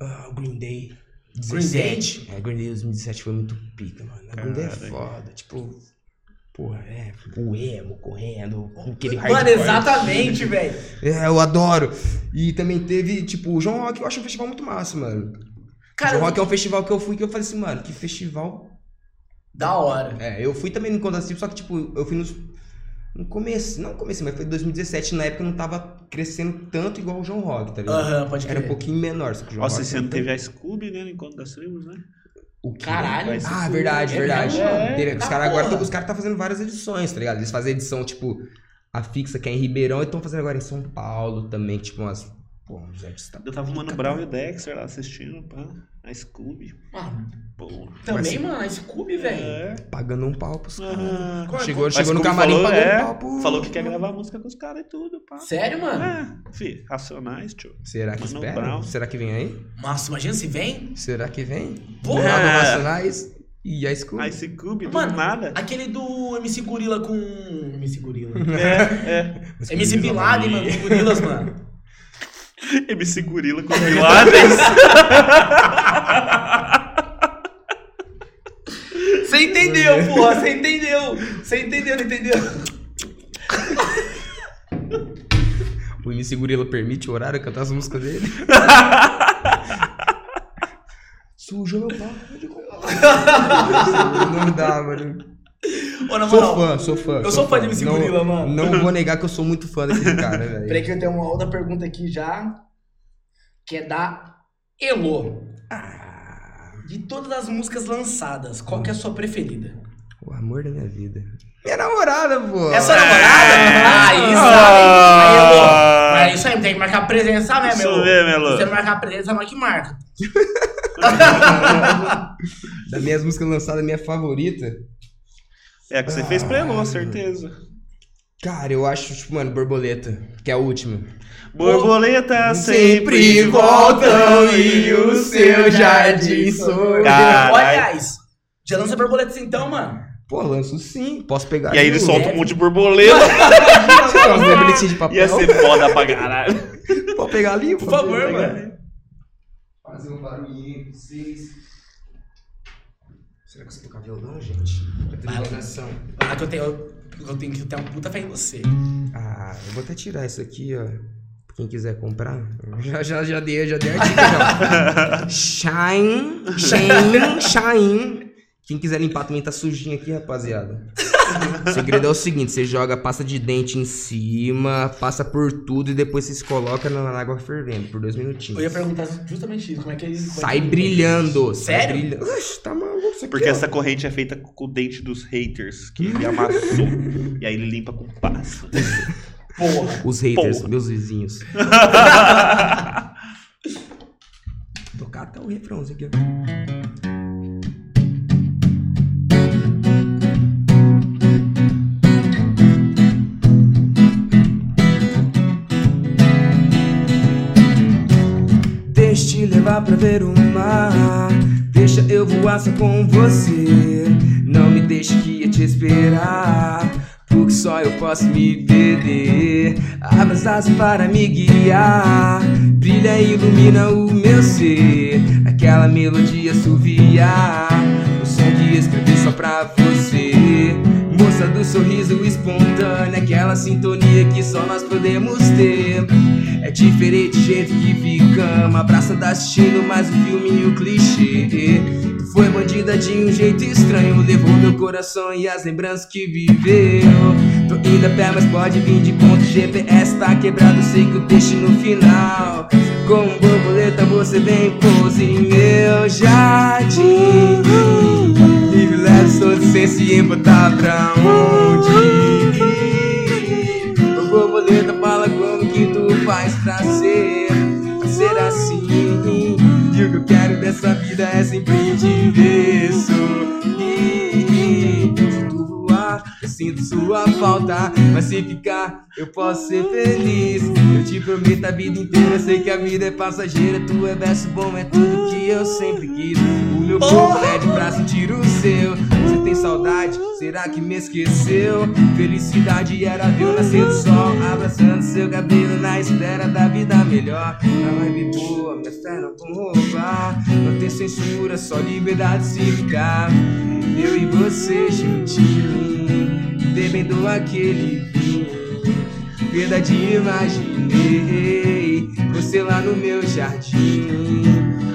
[SPEAKER 3] Ah, o Green Day. 17. É, Green Day 2017 foi muito pica, mano. A Green Day é
[SPEAKER 2] Caralho.
[SPEAKER 3] foda, tipo... Porra, é, o emo correndo, com aquele
[SPEAKER 1] Mano,
[SPEAKER 3] hardcore.
[SPEAKER 1] exatamente, velho.
[SPEAKER 3] É, eu adoro. E também teve, tipo, o João Rock, eu acho um festival muito massa, mano. o
[SPEAKER 1] Cara,
[SPEAKER 3] João Rock é um festival que eu fui que eu falei assim, mano, que festival.
[SPEAKER 1] da hora.
[SPEAKER 3] É, eu fui também no Encontro Civil, só que, tipo, eu fui nos. No começo, não começo, mas foi 2017, na época eu não tava crescendo tanto igual o João Rock, tá ligado?
[SPEAKER 1] Aham, pode crer.
[SPEAKER 3] Era um pouquinho menor, só que o João
[SPEAKER 2] Nossa,
[SPEAKER 3] Rock
[SPEAKER 2] esse
[SPEAKER 3] era
[SPEAKER 2] ano
[SPEAKER 3] tão-
[SPEAKER 2] teve a Scooby, né? No encontro das tribos, né?
[SPEAKER 3] O quê?
[SPEAKER 1] Caralho.
[SPEAKER 2] Vai ser
[SPEAKER 3] Ah,
[SPEAKER 2] Scooby.
[SPEAKER 3] verdade,
[SPEAKER 1] É
[SPEAKER 3] verdade.
[SPEAKER 1] mesmo? É.
[SPEAKER 3] Teve-
[SPEAKER 1] Tá
[SPEAKER 3] os caras agora
[SPEAKER 1] porra.
[SPEAKER 3] tão- os caras tá fazendo várias edições, tá ligado? Eles fazem edição, tipo, a fixa que é em Ribeirão e estão fazendo agora em São Paulo também, tipo, umas. Pô, uns artistas. tá
[SPEAKER 2] Eu tava o Mano Brown e o Dexter lá assistindo, pá. A Scooby.
[SPEAKER 1] Mano,
[SPEAKER 2] Pô.
[SPEAKER 1] também, mano, esse cube, velho.
[SPEAKER 2] É.
[SPEAKER 3] pagando um pau pros caras.
[SPEAKER 2] Ah.
[SPEAKER 1] Qual é-
[SPEAKER 3] Chegou,
[SPEAKER 2] Mas
[SPEAKER 3] chegou no
[SPEAKER 2] Scooby
[SPEAKER 3] camarim
[SPEAKER 2] falou,
[SPEAKER 3] pagando
[SPEAKER 2] é,
[SPEAKER 3] um pau pro...
[SPEAKER 2] Falou que quer gravar música com os caras e tudo, pá.
[SPEAKER 1] Sério, mano?
[SPEAKER 2] É, fi, racionais, tio.
[SPEAKER 3] Será que
[SPEAKER 2] Mano
[SPEAKER 3] espera?
[SPEAKER 2] Brown.
[SPEAKER 3] Será que vem aí?
[SPEAKER 1] Nossa, imagina se vem.
[SPEAKER 3] Será que vem?
[SPEAKER 1] Porra!
[SPEAKER 3] Ronaldo Racionais e a Scooby.
[SPEAKER 2] Ah, esse Cube, do
[SPEAKER 1] Mano,
[SPEAKER 2] nada.
[SPEAKER 1] Aquele do MC Gorila com. MC Gorila.
[SPEAKER 2] É,
[SPEAKER 3] Mas
[SPEAKER 1] MC
[SPEAKER 3] Scooby
[SPEAKER 1] Bin
[SPEAKER 3] não.
[SPEAKER 1] Laden, mano, os gorilas, mano.
[SPEAKER 2] é. MC Gorila com pilares.
[SPEAKER 1] <laughs> Você entendeu, porra, você entendeu. Você entendeu, não entendeu?
[SPEAKER 3] O MC Gorila permite o horário cantar as
[SPEAKER 1] <laughs>
[SPEAKER 3] músicas dele?
[SPEAKER 1] <laughs>
[SPEAKER 3] Sujou meu pau. não dá, mano.
[SPEAKER 1] Ô, na
[SPEAKER 3] Sou
[SPEAKER 1] moral,
[SPEAKER 3] fã, sou fã.
[SPEAKER 1] eu sou fã de MC
[SPEAKER 3] Não-
[SPEAKER 1] Gorila, mano.
[SPEAKER 3] Não vou negar que eu sou muito
[SPEAKER 1] <laughs>
[SPEAKER 3] fã daquele cara,
[SPEAKER 1] Peraí
[SPEAKER 3] velho.
[SPEAKER 1] que eu tenho uma outra pergunta aqui já, que é da Elo. De todas as músicas lançadas, qual que é a sua preferida?
[SPEAKER 3] O amor da minha vida. Minha namorada, pô.
[SPEAKER 1] É sua namorada? Ah, isso aí. Aí, Elo. Mas é isso aí, é tem que marcar presença mesmo,
[SPEAKER 2] Isso
[SPEAKER 1] Elo.
[SPEAKER 2] mesmo, Elo.
[SPEAKER 1] Se você não marcar presença, nós que marca.
[SPEAKER 3] Das minhas músicas lançadas, minha favorita.
[SPEAKER 2] É a que você fez pra
[SPEAKER 1] Ah.
[SPEAKER 2] Elon, certeza.
[SPEAKER 3] Cara, eu acho, tipo, mano, borboleta, que é a última.
[SPEAKER 2] Borboleta sempre
[SPEAKER 1] voltam e o seu jardim
[SPEAKER 3] sou.
[SPEAKER 2] Caralho.
[SPEAKER 1] Olha, aliás, já lança borboletas então, mano.
[SPEAKER 3] Pô, lanço sim, posso pegar.
[SPEAKER 2] E aí ele
[SPEAKER 3] viu? <laughs>
[SPEAKER 2] solta um monte de borboleta.
[SPEAKER 3] Tirar uns lembretinhos de papel.
[SPEAKER 2] Ia ser foda pra caralho.
[SPEAKER 3] Pode pegar ali,
[SPEAKER 1] Por favor, mano.
[SPEAKER 3] Fazer um barulhinho vocês. Será que você toca violão, gente? Pra ter
[SPEAKER 1] Vai lá.
[SPEAKER 3] ligação.
[SPEAKER 1] Ah, que eu tenho, eu, eu tenho que ter uma puta fé em você.
[SPEAKER 3] Ah, eu vou até tirar isso aqui, ó. Pra Quem quiser comprar. <laughs> Já, já, já dei, já dei a dica, já. Shine, shine, shine. Quem quiser limpar também tá sujinho aqui, rapaziada. O segredo é o seguinte, você joga a pasta de dente em cima, passa por tudo e depois vocês colocam na na água fervendo por dois minutinhos.
[SPEAKER 1] Eu ia perguntar justamente isso, como é que é isso? como é
[SPEAKER 3] Sai
[SPEAKER 1] que-
[SPEAKER 3] brilhando. sai
[SPEAKER 1] Sério?
[SPEAKER 3] brilhando. Oxe, tá maluco isso aqui,
[SPEAKER 2] <laughs> Porque
[SPEAKER 3] ó.
[SPEAKER 2] essa corrente é feita com o dente dos haters, que ele amassou. <laughs> e aí ele limpa com <laughs> pasta.
[SPEAKER 1] Porra.
[SPEAKER 3] Os haters,
[SPEAKER 2] Porra.
[SPEAKER 3] meus vizinhos. Tocar até o refrãozinho aqui, ó. Deixa te levar pra ver o mar. Deixa eu voar só com você. Não me deixe que ia te esperar. Porque só eu posso me perder. Abra as asas para me guiar. Brilha e ilumina o meu ser. Aquela melodia suviar. O som que escrevi só pra você. Moça do sorriso espontâneo, aquela sintonia que só nós podemos ter. É diferente o jeito que ficamos, abraça tá assistindo mais um filme e o clichê. Tu foi bandida de um jeito estranho, levou meu coração e as lembranças que viveu. Tô indo a pé, mas pode vir de ponto GPS tá quebrado, sei que o destino final Como borboleta você vem pose em meu jardim Livre, leve, sou de senso e botar pra onde ir Ô, Borboleta, fala como que tu faz pra ser, pra ser assim E o que eu quero dessa vida é sempre te ver sorrir Se tu voar, eu sinto sua falta. Mas se ficar, eu posso ser feliz. Eu te prometo a vida inteira. Sei que a vida é passageira. Tu é verso bom, é tudo que eu sempre quis. O meu corpo é pede pra sentir o seu. Você tem saudade? Será que me esqueceu? Felicidade era ver o nascer do sol. Abraçando seu cabelo na espera da vida melhor. A vibe boa, minha fé não vão roubar. Não tem censura, só liberdade de se ficar. Eu e você juntinho, bebendo aquele vinho. Verdade, imaginei você lá no meu jardim.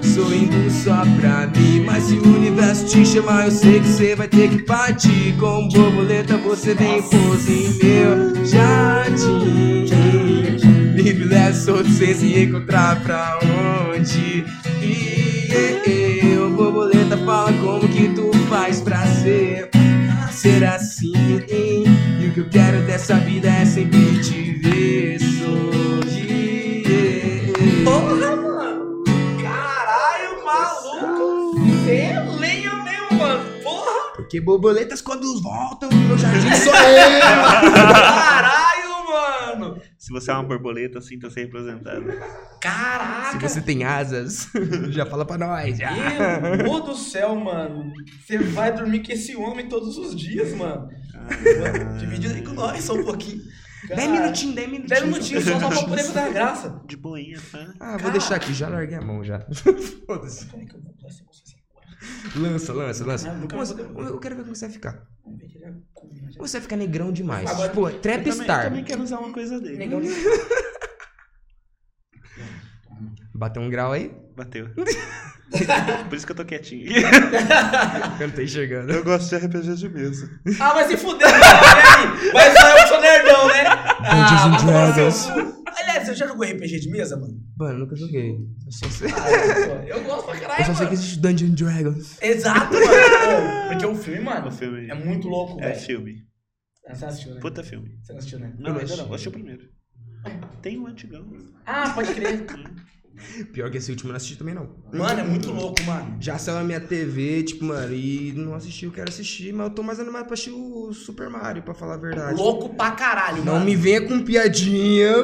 [SPEAKER 3] Sorrindo só pra mim, mas se o universo te chamar, eu sei que você vai ter que partir. Como borboleta, você vem pose em meu jardim. Livre, leve, solto, sem se encontrar pra onde ir. Ô borboleta, fala como que tu faz pra ser, ser assim. E o que eu quero dessa vida é sempre te ver sorrir.
[SPEAKER 1] Porra, mano! Caralho, maluco! Você lenha mesmo, mano! Porra!
[SPEAKER 3] Porque borboletas quando voltam no
[SPEAKER 1] <laughs>
[SPEAKER 3] meu jardim sou eu.
[SPEAKER 1] Caralho, mano!
[SPEAKER 2] Se você é uma borboleta, sinta-se representado.
[SPEAKER 3] Se
[SPEAKER 1] Caraca!
[SPEAKER 3] você tem asas, <laughs> já fala pra nós. já.
[SPEAKER 1] Meu Deus do céu, mano! Você vai dormir com esse homem todos os dias, mano!
[SPEAKER 3] Ah.
[SPEAKER 1] Divide aí com nós só um pouquinho.
[SPEAKER 3] Dez minutinhos, dez minutinhos.
[SPEAKER 1] Dez minutinhos um só, só pra
[SPEAKER 3] <laughs>
[SPEAKER 1] poder fazer graça.
[SPEAKER 2] De boinha, tá?
[SPEAKER 3] Ah, vou deixar aqui, já larguei a mão já. <laughs> Foda-se.
[SPEAKER 1] Peraí que eu vou passar com você.
[SPEAKER 3] Lança, lança, lança.
[SPEAKER 1] Ah, nunca
[SPEAKER 3] Moça,
[SPEAKER 1] mais
[SPEAKER 3] eu eu quero ver como é você vai ficar.
[SPEAKER 1] Vamos ver, tirar o cu, né, já.
[SPEAKER 3] Você vai ficar negrão demais.
[SPEAKER 1] Agora-
[SPEAKER 3] Pô,
[SPEAKER 2] Eu
[SPEAKER 3] trap
[SPEAKER 2] também, eu
[SPEAKER 3] star.
[SPEAKER 2] também quero usar uma coisa dele.
[SPEAKER 1] É Negão de-
[SPEAKER 3] Bateu um grau
[SPEAKER 1] <laughs>
[SPEAKER 3] aí?
[SPEAKER 2] Bateu. Por isso que eu tô quietinho.
[SPEAKER 3] Eu não tô enxergando.
[SPEAKER 2] Eu gosto de RPG de mesa.
[SPEAKER 1] Ah, mas se fuder, peraí. Mas só eu que sou nerdão, né?
[SPEAKER 3] Dungeons
[SPEAKER 1] Ah,
[SPEAKER 3] and
[SPEAKER 1] vai tomar no
[SPEAKER 3] Dragons.
[SPEAKER 1] seu cu. Aliás, você já jogou RPG de mesa, mano?
[SPEAKER 3] Mano, eu nunca joguei. Eu só sei,
[SPEAKER 1] Ah, eu sou- eu gosto pra
[SPEAKER 3] eu
[SPEAKER 1] caralho,
[SPEAKER 3] só sei que
[SPEAKER 1] mano.
[SPEAKER 3] existe Dungeon Dragons.
[SPEAKER 1] <laughs> Exato, mano. Pô, Porque o filme, mano,
[SPEAKER 2] O um filme
[SPEAKER 1] é muito louco,
[SPEAKER 2] é
[SPEAKER 1] velho.
[SPEAKER 2] filme.
[SPEAKER 1] Você assistiu, né?
[SPEAKER 2] Puta filme.
[SPEAKER 1] Você não assistiu, né?
[SPEAKER 2] Não,
[SPEAKER 3] não
[SPEAKER 2] ainda não.
[SPEAKER 3] achei.
[SPEAKER 2] Achei o primeiro. Tem um antigão.
[SPEAKER 1] Ah, pode crer.
[SPEAKER 3] Pior que esse último eu não assisti também não.
[SPEAKER 1] Mano, é muito louco, mano.
[SPEAKER 3] Já saiu na minha TV, tipo, mano, e não assisti, eu quero assistir, mas eu tô mais animado pra assistir o Super Mario, pra falar a verdade.
[SPEAKER 1] Louco pra caralho,
[SPEAKER 3] Não
[SPEAKER 1] mano.
[SPEAKER 3] me venha com piadinha.
[SPEAKER 1] <laughs>
[SPEAKER 3] não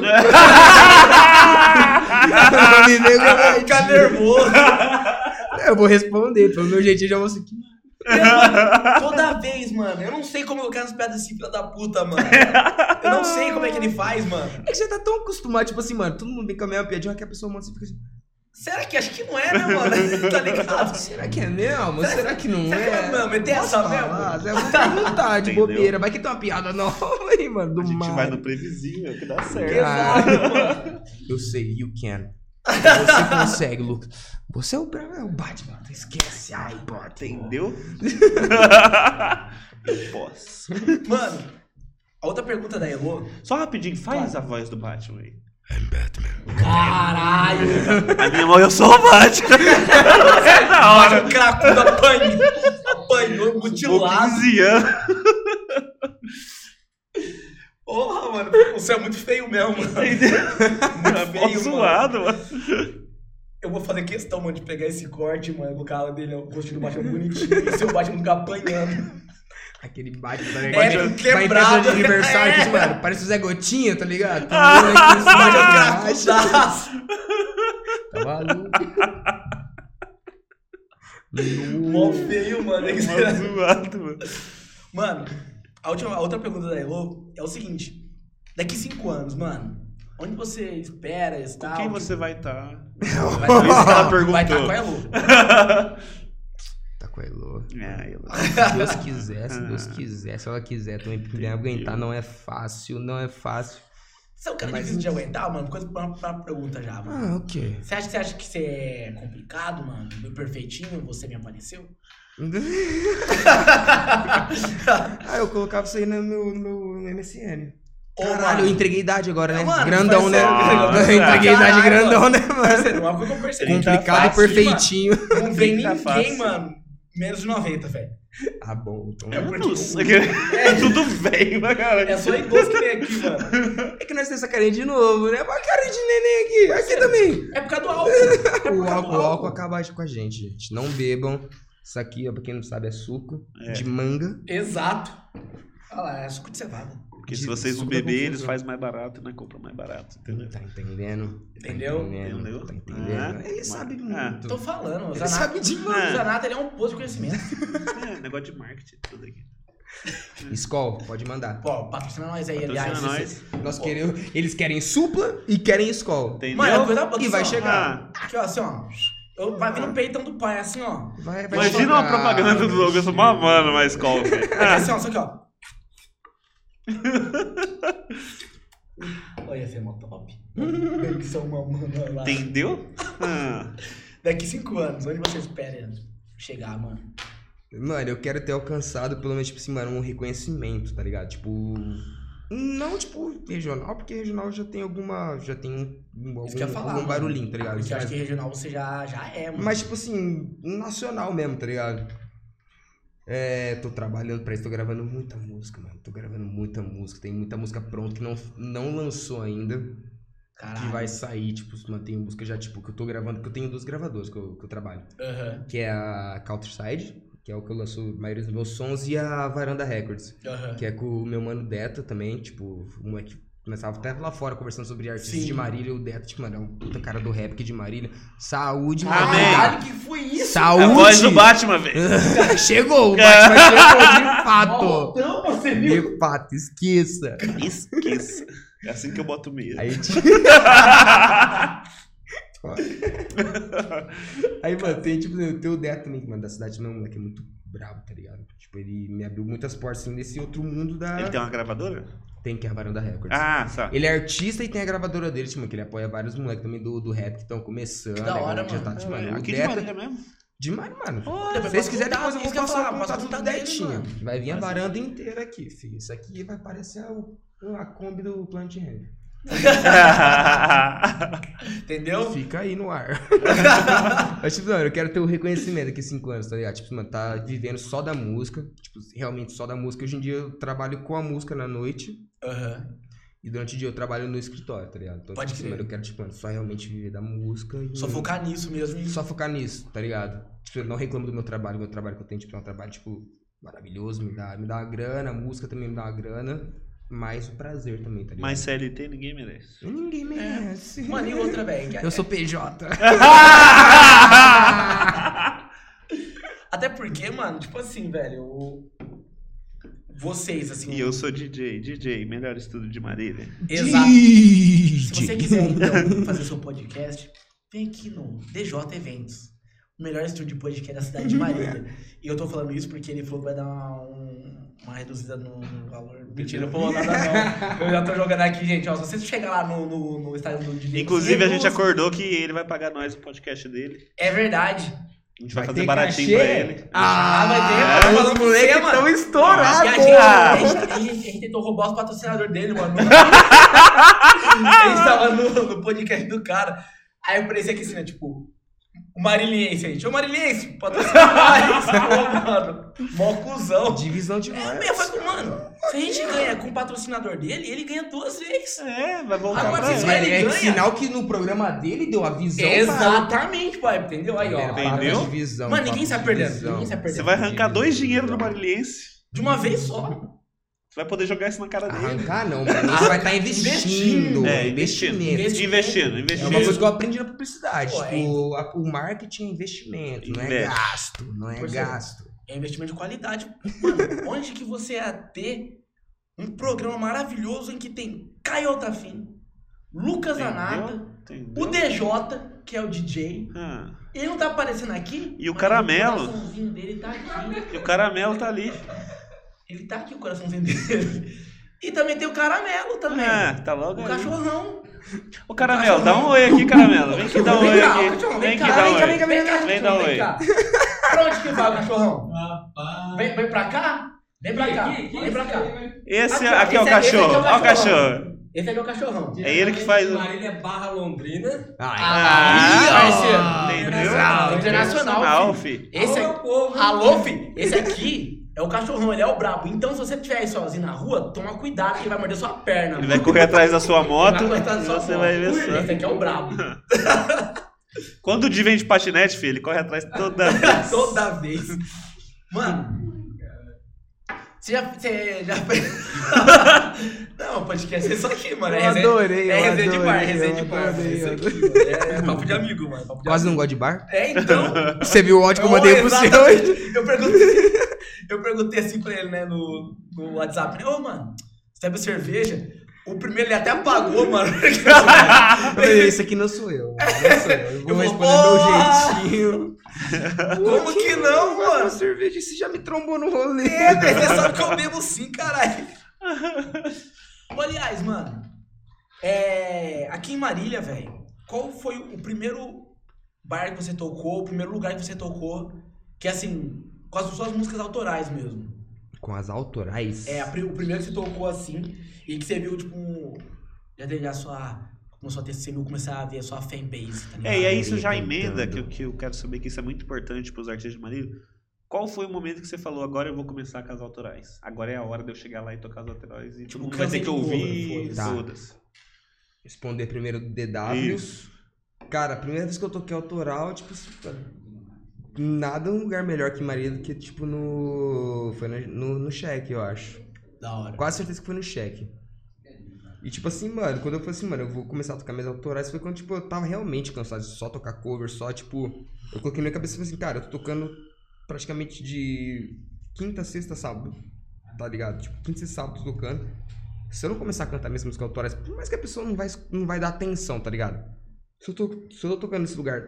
[SPEAKER 3] me venha com
[SPEAKER 1] Fica
[SPEAKER 3] piadinha. <laughs>
[SPEAKER 1] nervoso.
[SPEAKER 3] Eu vou responder, pelo meu jeitinho eu já vou seguir.
[SPEAKER 1] Toda vez, mano. Eu não sei como eu quero as piadas desse filho da puta, mano. Eu não sei como é que ele faz, mano.
[SPEAKER 3] É que você tá tão acostumado, tipo assim, mano, todo mundo vem com a mesma piadinha, que a pessoa manda, você fica assim,
[SPEAKER 1] Será que acho que não é, né, mano? <laughs> tá ligado?
[SPEAKER 3] será que é mesmo? Será que não
[SPEAKER 1] Será que é
[SPEAKER 3] é?
[SPEAKER 1] mesmo? Meter essa mesmo?
[SPEAKER 3] Falar, Zé, vou perguntar de
[SPEAKER 2] Entendeu?
[SPEAKER 3] bobeira, vai que tem uma piada nova aí, mano, do
[SPEAKER 2] A gente
[SPEAKER 3] mar.
[SPEAKER 2] vai no previsível, que dá certo.
[SPEAKER 1] Exato, mano.
[SPEAKER 3] Eu sei, you can. Você consegue, Luke. Você é o, é o Batman, esquece. Ai,
[SPEAKER 1] <laughs>
[SPEAKER 3] bota.
[SPEAKER 2] Entendeu? Eu posso.
[SPEAKER 1] Mano, a outra pergunta da Elo.
[SPEAKER 2] Só rapidinho, faz a voz do Batman aí.
[SPEAKER 1] Caralho!
[SPEAKER 2] A minha mão, eu sou o Batman. é da hora.
[SPEAKER 1] O um cracudo apanhou, apanhou, mutilado.
[SPEAKER 2] 15 anos.
[SPEAKER 1] Porra, mano, você é muito feio mesmo, mano.
[SPEAKER 2] Mó
[SPEAKER 1] feio,
[SPEAKER 2] Tá zoado, mano.
[SPEAKER 1] Eu vou fazer questão, mano, de pegar esse corte, mano, do cara dele, o rosto do Batman bonitinho, e seu Batman ficar apanhando.
[SPEAKER 3] Aquele Batman, tá ligado?
[SPEAKER 1] É,
[SPEAKER 3] Vai- vai em
[SPEAKER 1] quebrado.
[SPEAKER 3] festa de aniversário,
[SPEAKER 1] É.
[SPEAKER 3] tipo, mano, parece o Zé Gotinha, tá ligado? Tá vendo aqui, esse
[SPEAKER 1] Ah,
[SPEAKER 3] Batman tá
[SPEAKER 1] Cracudaço!
[SPEAKER 3] Tá maluco.
[SPEAKER 1] <laughs> Mó feio, mano. é que você-
[SPEAKER 2] Mó zoado, mano.
[SPEAKER 1] Mano, a, última, a outra pergunta da Elo é o seguinte: daqui cinco anos, mano, onde você espera estar?
[SPEAKER 2] Quem você vai tá? <laughs> estar?
[SPEAKER 1] vai, vai,
[SPEAKER 2] Ela
[SPEAKER 1] <laughs> vai, tá vai estar
[SPEAKER 2] perguntou.
[SPEAKER 1] com a Elo?
[SPEAKER 3] Tá com a Elo.
[SPEAKER 2] É, Ah, eu...
[SPEAKER 3] Se <laughs> Deus quiser, se Deus quiser, se ela quiser também, porque aguentar não é fácil, não é fácil.
[SPEAKER 1] Você é um cara
[SPEAKER 3] Mas
[SPEAKER 1] difícil de
[SPEAKER 3] não-
[SPEAKER 1] aguentar, mano? Coisa pra, pra pergunta já, mano.
[SPEAKER 3] Ah, ok. <laughs>
[SPEAKER 1] Você acha, você acha que você é complicado, mano? Meu perfeitinho, você me apareceu? <laughs>
[SPEAKER 3] ah, eu colocava isso aí no meu, no meu MSN.
[SPEAKER 1] Ô,
[SPEAKER 3] Caralho, eu entreguei idade agora, né?
[SPEAKER 1] Mano,
[SPEAKER 3] grandão,
[SPEAKER 1] faz
[SPEAKER 3] né?
[SPEAKER 2] só-
[SPEAKER 3] <laughs> Eu entreguei
[SPEAKER 1] Caralho,
[SPEAKER 3] idade grandão, né, mano?
[SPEAKER 1] Parceiro, é uma coisa que eu percebi.
[SPEAKER 2] Tá
[SPEAKER 3] Complicado e
[SPEAKER 2] fácil,
[SPEAKER 3] perfeitinho.
[SPEAKER 1] Não vem
[SPEAKER 2] <laughs> Tá
[SPEAKER 1] ninguém,
[SPEAKER 2] fácil.
[SPEAKER 1] mano. Menos de 90, velho.
[SPEAKER 3] Ah, bom. Então...
[SPEAKER 1] É, porque-
[SPEAKER 2] Nossa, que- é <laughs> tudo velho, mas cara.
[SPEAKER 1] É só idoso que vem aqui, mano.
[SPEAKER 3] É que nós temos essa carinha de novo, né? Olha a carinha de neném aqui. Aqui <laughs> também.
[SPEAKER 1] É por causa do álcool. É por
[SPEAKER 3] O
[SPEAKER 1] causa
[SPEAKER 3] álcool,
[SPEAKER 1] do
[SPEAKER 3] o álcool acaba com a gente, gente. Não bebam. Isso aqui, ó, pra quem não sabe, é suco
[SPEAKER 2] É.
[SPEAKER 3] de manga.
[SPEAKER 1] Exato. Olha lá, é suco de cevada.
[SPEAKER 2] Porque se vocês não beberem, eles fazem mais barato e nós compramos mais barato, entendeu?
[SPEAKER 3] Tá entendendo? Tá
[SPEAKER 1] Entendeu?
[SPEAKER 3] entendendo,
[SPEAKER 2] Entendeu?
[SPEAKER 3] Tá entendendo? é.
[SPEAKER 2] Ah,
[SPEAKER 3] ele
[SPEAKER 2] mas-
[SPEAKER 3] sabe muito.
[SPEAKER 2] ah.
[SPEAKER 1] Tô falando, o
[SPEAKER 3] Ele
[SPEAKER 1] Zanato,
[SPEAKER 3] sabe
[SPEAKER 1] o
[SPEAKER 3] demais.
[SPEAKER 1] Zanato ele é um poço de conhecimento.
[SPEAKER 2] É, negócio de marketing, tudo aqui.
[SPEAKER 3] Skol, pode mandar.
[SPEAKER 1] Pô, patrocina nós aí,
[SPEAKER 2] Patrocina
[SPEAKER 1] aliás.
[SPEAKER 2] nós.
[SPEAKER 1] esse-
[SPEAKER 3] Nós queremos, eles querem supla e querem Skol.
[SPEAKER 2] Entendeu?
[SPEAKER 1] Mano, é coisa boa.
[SPEAKER 3] E vai
[SPEAKER 1] assim, ó.
[SPEAKER 2] Ah,
[SPEAKER 3] chegar.
[SPEAKER 1] Aqui, ó, assim, ó. Eu, vai vir no peitão do pai, assim, ó.
[SPEAKER 3] Vai, vai
[SPEAKER 2] imagina uma
[SPEAKER 3] chegar,
[SPEAKER 2] propaganda do Douglas, eu sou mamando mais call, velho.
[SPEAKER 1] Aqui,
[SPEAKER 2] Ah,
[SPEAKER 1] assim, ó, só aqui,
[SPEAKER 3] <laughs>
[SPEAKER 1] ó. Olha,
[SPEAKER 3] é
[SPEAKER 1] ser mó <laughs> top. Eu que sou uma mano lá.
[SPEAKER 2] entendeu? Ah,
[SPEAKER 1] Daqui cinco anos, onde você espera chegar, mano?
[SPEAKER 3] Mano, eu quero ter alcançado, pelo menos, tipo assim, mano, um reconhecimento, tá ligado? Tipo. Não, tipo, regional, porque regional já tem alguma. Já tem um. um-
[SPEAKER 1] Isso que eu ia
[SPEAKER 3] algum,
[SPEAKER 1] falar,
[SPEAKER 3] algum
[SPEAKER 1] mano.
[SPEAKER 3] barulhinho, tá ligado?
[SPEAKER 1] Porque eu acho
[SPEAKER 3] Mas,
[SPEAKER 1] que regional você já, já é, mano.
[SPEAKER 3] mas, tipo assim, nacional mesmo, tá ligado? É, tô trabalhando pra isso, tô gravando muita música, mano. Tô gravando muita música. Tem muita música pronta que não, não lançou ainda.
[SPEAKER 1] Caralho.
[SPEAKER 3] Que vai sair, tipo, mano, tem música já, tipo, que eu tô gravando, que eu tenho dois gravadores que eu- que eu trabalho
[SPEAKER 1] Aham,
[SPEAKER 3] que é a Counterside, que é o que eu lanço a maioria dos meus sons, e a Varanda Records,
[SPEAKER 1] aham.
[SPEAKER 3] que é com o meu mano Deta também, tipo, um é que começava até lá fora conversando sobre artistas
[SPEAKER 1] Sim.
[SPEAKER 3] de Marília, e o Deta, tipo, mano, é um puta cara do rap aqui de Marília. Saúde, mano.
[SPEAKER 1] Caralho, que foi isso?
[SPEAKER 2] é a voz do
[SPEAKER 3] Saúde!
[SPEAKER 2] Batman, velho.
[SPEAKER 3] chegou, o Batman chegou, de
[SPEAKER 1] Ó,
[SPEAKER 3] fato.
[SPEAKER 1] Então você viu?
[SPEAKER 3] De fato, esqueça.
[SPEAKER 2] Esqueça. É assim que eu boto medo.
[SPEAKER 3] Aí, tipo, Aí, mano, tem, tipo, eu tenho o Death também, mano, da cidade, meu moleque é muito brabo, tá ligado? Tipo, ele me abriu muitas portas, assim, nesse outro
[SPEAKER 2] <laughs>
[SPEAKER 3] mundo da...
[SPEAKER 2] Ele tem uma gravadora?
[SPEAKER 3] Tem que é a Varanda Records.
[SPEAKER 2] Então. Ah, só.
[SPEAKER 3] Ele é artista e tem a gravadora dele, tipo, que ele apoia vários moleques também do, do rap que estão começando.
[SPEAKER 1] Que da
[SPEAKER 3] a
[SPEAKER 1] hora,
[SPEAKER 3] galera que Já
[SPEAKER 1] mano.
[SPEAKER 3] tá, tipo, mano, o
[SPEAKER 2] Aqui de
[SPEAKER 3] Deca-
[SPEAKER 2] Marília mesmo.
[SPEAKER 3] Demais, mano.
[SPEAKER 1] Olha,
[SPEAKER 3] Se
[SPEAKER 1] vai
[SPEAKER 3] vocês
[SPEAKER 1] passar
[SPEAKER 3] quiserem,
[SPEAKER 1] tudo,
[SPEAKER 3] depois eu
[SPEAKER 1] isso
[SPEAKER 3] vou
[SPEAKER 1] que eu ia
[SPEAKER 3] passar
[SPEAKER 1] falar,
[SPEAKER 3] o
[SPEAKER 1] passar
[SPEAKER 3] contato
[SPEAKER 1] tudo
[SPEAKER 3] do
[SPEAKER 1] dele,
[SPEAKER 3] Detinho.
[SPEAKER 1] mano.
[SPEAKER 3] Vai vir a
[SPEAKER 2] Passa.
[SPEAKER 3] varanda inteira aqui, filho. Isso aqui vai parecer a, a Kombi do Plant Hand.
[SPEAKER 2] <laughs>
[SPEAKER 1] Entendeu?
[SPEAKER 3] Fica aí no ar. Então <laughs> Mas, tipo, mano, eu quero ter o reconhecimento daqui a cinco anos, tá ligado? Tipo, mano, tá vivendo só da música. Tipo, realmente só da música. Hoje em dia eu trabalho com a música na noite.
[SPEAKER 1] Aham.
[SPEAKER 3] E durante o dia eu trabalho no escritório, tá ligado? Então,
[SPEAKER 1] Pode
[SPEAKER 3] tipo,
[SPEAKER 1] crer.
[SPEAKER 3] mano, eu quero, tipo, mano, só realmente viver da música e.
[SPEAKER 1] Só focar nisso mesmo. e-
[SPEAKER 3] só focar nisso, tá ligado? Tipo, eu não reclamo do meu trabalho, meu trabalho que eu tenho, tipo, é um trabalho, tipo, maravilhoso, me dá, me dá uma grana, a música também me dá uma grana, mas o prazer também, tá ligado?
[SPEAKER 2] Mas CLT ninguém merece.
[SPEAKER 3] Ninguém merece.
[SPEAKER 1] Mano, e outra, velho? que-
[SPEAKER 3] <laughs>
[SPEAKER 1] é
[SPEAKER 3] Eu sou PJ.
[SPEAKER 1] Até porque, mano, tipo assim, velho, o- vocês, assim.
[SPEAKER 2] <laughs> E eu sou DJ, DJ, melhor estudo de Marília.
[SPEAKER 1] Exato.
[SPEAKER 3] Se
[SPEAKER 1] Se você quiser, então, fazer seu podcast, vem aqui no DJ Eventos. O melhor estúdio de podcast da cidade de Marília. E eu tô falando isso porque ele falou que vai dar uma, um- uma reduzida no no valor. Mentira, eu vou nada não. <laughs> Eu já tô jogando aqui, gente. Ó, se você chegar lá no, no, no Instagram do DJ.
[SPEAKER 2] Inclusive, a gente
[SPEAKER 1] reduz.
[SPEAKER 2] acordou que ele vai pagar nós o podcast dele.
[SPEAKER 1] É verdade.
[SPEAKER 2] A gente vai,
[SPEAKER 3] Vai
[SPEAKER 2] fazer
[SPEAKER 3] ter
[SPEAKER 2] baratinho
[SPEAKER 3] cachê?
[SPEAKER 2] pra ele.
[SPEAKER 1] Ah, vai ter,
[SPEAKER 3] Ah,
[SPEAKER 1] eu tô falando
[SPEAKER 3] os
[SPEAKER 1] com
[SPEAKER 3] moleques
[SPEAKER 1] você, mano.
[SPEAKER 3] tão
[SPEAKER 1] E
[SPEAKER 3] estourados.
[SPEAKER 1] a gente, a, gente, tá a gente- a gente tentou roubar os patrocinadores dele, mano. a gente tava no, no podcast do cara. Aí eu parecia que assim, né? Tipo, o Mariliense, gente. Ô Mariliense, patrocina nós. Pô, mano. Mó cuzão.
[SPEAKER 3] Divisão de
[SPEAKER 1] É,
[SPEAKER 3] voz.
[SPEAKER 1] meu, foi com, mano. Se a gente ganha com o patrocinador dele, ele ganha duas vezes.
[SPEAKER 2] É, vai voltar
[SPEAKER 1] Agora
[SPEAKER 2] pra
[SPEAKER 1] vocês
[SPEAKER 2] ele.
[SPEAKER 1] vai, ele
[SPEAKER 3] é
[SPEAKER 1] ganha.
[SPEAKER 3] sinal que no programa dele deu a visão.
[SPEAKER 1] Exatamente, pai. Entendeu? Aí, ó.
[SPEAKER 3] Para...
[SPEAKER 2] Entendeu?
[SPEAKER 3] Para de visão,
[SPEAKER 1] Mano, ninguém
[SPEAKER 3] papo
[SPEAKER 1] sai
[SPEAKER 3] de
[SPEAKER 1] perdendo.
[SPEAKER 3] visão.
[SPEAKER 1] Ninguém sai
[SPEAKER 2] Você
[SPEAKER 1] perdendo.
[SPEAKER 2] vai arrancar dois dinheiro do Mariliense.
[SPEAKER 1] De uma vez só.
[SPEAKER 2] Você vai poder jogar isso na cara dele.
[SPEAKER 3] Arrancar não,
[SPEAKER 1] Ah,
[SPEAKER 3] mano. Isso vai
[SPEAKER 1] tá
[SPEAKER 3] estar investindo. né?
[SPEAKER 2] É,
[SPEAKER 3] investimento.
[SPEAKER 1] Investimento.
[SPEAKER 2] Investindo,
[SPEAKER 3] É uma coisa
[SPEAKER 2] investindo.
[SPEAKER 3] que eu aprendi na publicidade.
[SPEAKER 1] Pô, é.
[SPEAKER 3] tipo, a- o marketing é investimento, não é
[SPEAKER 2] Investe.
[SPEAKER 3] gasto. Não é
[SPEAKER 1] Pois é.
[SPEAKER 3] gasto.
[SPEAKER 1] É investimento de qualidade. Mano, <laughs> onde que você ia ter um programa maravilhoso em que tem Caio Altafim, Lucas
[SPEAKER 2] Entendeu?
[SPEAKER 1] Anata,
[SPEAKER 2] Entendeu?
[SPEAKER 1] o DJ, que é o DJ.
[SPEAKER 2] Ah,
[SPEAKER 1] Ele não tá aparecendo aqui.
[SPEAKER 2] E o
[SPEAKER 1] mas
[SPEAKER 2] caramelo?
[SPEAKER 1] O coraçãozinho dele tá aqui.
[SPEAKER 2] E o caramelo tá ali.
[SPEAKER 1] Ele tá aqui, o coraçãozinho dele. E também tem o caramelo também.
[SPEAKER 2] Ah, tá logo
[SPEAKER 1] o
[SPEAKER 2] ali.
[SPEAKER 1] cachorrão.
[SPEAKER 2] Ô, Caramelo, dá um oi aqui, Caramelo. Vem que dá um
[SPEAKER 1] Vem
[SPEAKER 2] oi
[SPEAKER 1] cá,
[SPEAKER 2] aqui.
[SPEAKER 1] cachorrão,
[SPEAKER 2] Vem que
[SPEAKER 1] cá,
[SPEAKER 2] dá um
[SPEAKER 1] vem cá, vem cá,
[SPEAKER 2] oi.
[SPEAKER 1] vem cá,
[SPEAKER 2] Vem dar um oi.
[SPEAKER 1] cá. Pra onde que vai o cachorrão?
[SPEAKER 4] Rapaz.
[SPEAKER 1] Vem, vem pra cá? Vem pra cá, vem pra cá.
[SPEAKER 2] Esse
[SPEAKER 1] Aqui,
[SPEAKER 2] aqui é
[SPEAKER 1] ó,
[SPEAKER 2] o
[SPEAKER 1] esse é- esse
[SPEAKER 2] cachorro.
[SPEAKER 1] aqui é o
[SPEAKER 2] Ó
[SPEAKER 1] cachorro.
[SPEAKER 2] o cachorro.
[SPEAKER 1] Esse aqui é o cachorrão.
[SPEAKER 2] É ele que faz o-
[SPEAKER 5] Marília barra Londrina.
[SPEAKER 3] é.
[SPEAKER 2] Ah,
[SPEAKER 1] Ah,
[SPEAKER 2] parceiro.
[SPEAKER 1] internacional, internacional,
[SPEAKER 2] Internacional, fi.
[SPEAKER 1] Esse
[SPEAKER 5] Alô,
[SPEAKER 1] aqui.
[SPEAKER 5] povo.
[SPEAKER 1] Alô, fi, esse aqui é o cachorrão, ele é o brabo. Então, se você estiver aí sozinho na rua, toma cuidado que ele vai morder sua perna.
[SPEAKER 2] Ele vai correr atrás da sua moto.
[SPEAKER 1] Vai cortar
[SPEAKER 2] e
[SPEAKER 1] sua
[SPEAKER 2] Você
[SPEAKER 1] moto.
[SPEAKER 2] vai ver
[SPEAKER 1] Esse
[SPEAKER 2] só.
[SPEAKER 1] aqui é o brabo.
[SPEAKER 2] Quando o Di vem de patinete, filho, ele corre atrás
[SPEAKER 1] <laughs>
[SPEAKER 2] toda vez.
[SPEAKER 1] Toda vez. Mano. Você já. Você já. <laughs> Não, podcast é isso aqui, mano. É
[SPEAKER 3] Eu
[SPEAKER 1] resenha-
[SPEAKER 3] adorei,
[SPEAKER 1] É
[SPEAKER 3] eu
[SPEAKER 1] resenha de bar, é
[SPEAKER 3] adorei,
[SPEAKER 1] resenha
[SPEAKER 3] eu
[SPEAKER 1] de bar. mano,
[SPEAKER 3] adorei,
[SPEAKER 1] Isso
[SPEAKER 3] eu
[SPEAKER 1] aqui, mano. É é papo de amigo, mano. papo de
[SPEAKER 3] Quase não
[SPEAKER 1] amigo.
[SPEAKER 3] gosta de bar?
[SPEAKER 1] É,
[SPEAKER 3] <laughs>
[SPEAKER 1] então.
[SPEAKER 3] Você viu o ódio que eu mandei pro seu hoje?
[SPEAKER 1] Exatamente. Eu perguntei, <laughs> eu perguntei assim pra ele, né, no, no WhatsApp, né? Ô, mano, você bebe cerveja? O primeiro ele até apagou, mano. <laughs>
[SPEAKER 3] Eu <laughs> falei, Esse aqui não sou eu. Não sou eu. Eu vou
[SPEAKER 1] Eu vou-
[SPEAKER 3] responder do meu jeitinho.
[SPEAKER 1] Como que não,
[SPEAKER 3] Eu faço
[SPEAKER 1] mano?
[SPEAKER 3] cerveja e você já me trombou no rolê.
[SPEAKER 1] É, velho, você sabe que eu bebo sim, caralho. Ô, Aliás, mano, é, aqui em Marília, velho, qual foi o primeiro bar que você tocou, o primeiro lugar que você tocou, que assim, com as suas músicas autorais mesmo?
[SPEAKER 3] Com as autorais?
[SPEAKER 1] É, a pri- o primeiro que você tocou assim, e que você viu, tipo, um- já teve a sua. Começou a ter, você viu começar a ver a sua fanbase, tá ligado?
[SPEAKER 2] É, e aí isso já emenda, que, eu- que eu quero saber que isso é muito importante pros artistas de Marília. Qual foi o momento que você falou, agora eu vou começar com as autorais? Agora é a hora de eu chegar lá e tocar as autorais. E
[SPEAKER 1] Tipo,
[SPEAKER 2] todo mundo vai
[SPEAKER 1] cansei
[SPEAKER 2] ter que
[SPEAKER 1] de
[SPEAKER 2] ouvir
[SPEAKER 1] cover,
[SPEAKER 3] foda-se.
[SPEAKER 2] todas.
[SPEAKER 3] Responder primeiro do DW.
[SPEAKER 2] Isso.
[SPEAKER 3] Cara, a primeira vez que eu toquei autoral, tipo, nada um lugar melhor que Maria do que, tipo, no. Foi no, no, no cheque, eu acho.
[SPEAKER 1] Da hora.
[SPEAKER 3] Quase certeza que foi no cheque. E tipo assim, mano, quando eu falei assim, mano, eu vou começar a tocar minhas autorais, foi quando, tipo, eu tava realmente cansado de só tocar cover, só, tipo. Eu coloquei na minha cabeça e falei assim, cara, eu tô tocando praticamente de quinta, sexta, sábado. Tá ligado? Tipo, quinta e sábado eu tô tocando. Se eu não começar a cantar minhas músicas autorais, por mais que a pessoa não vai, não vai dar atenção, tá ligado? Se eu tô, se eu tô tocando nesse lugar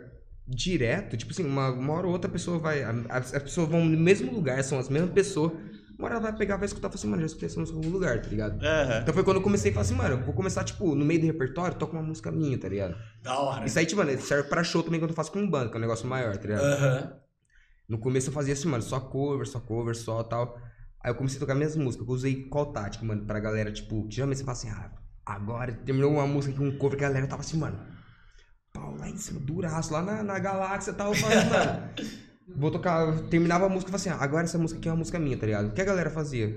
[SPEAKER 3] direto, tipo assim, uma, uma hora ou outra a pessoa vai. a- As as pessoas vão no mesmo lugar, são as mesmas pessoas. Uma hora ela vai pegar, vai escutar e falar assim, mano, já escutei essa música em algum lugar, tá ligado?
[SPEAKER 2] Aham.
[SPEAKER 3] Então foi quando eu comecei a falar assim, mano, eu vou começar, tipo, no meio do repertório, toca uma música minha, tá ligado?
[SPEAKER 1] Da hora.
[SPEAKER 3] Isso aí, tipo, mano, serve pra show também quando eu faço com um bando, que é um negócio maior, tá ligado?
[SPEAKER 1] Aham.
[SPEAKER 3] No começo eu fazia assim, mano, só cover, só cover, só tal. Aí eu comecei a tocar minhas músicas. Eu usei qual tática, mano, pra galera, tipo, que geralmente você fala assim, ah, agora terminou uma música com um cover que a galera tava assim, mano. Pau lá em cima, duraço, lá na, na galáxia e tal. Eu falei, "Ah, mano. Vou tocar, eu terminava a música e falava assim, ah, agora essa música aqui é uma música minha, tá ligado? O que a galera fazia?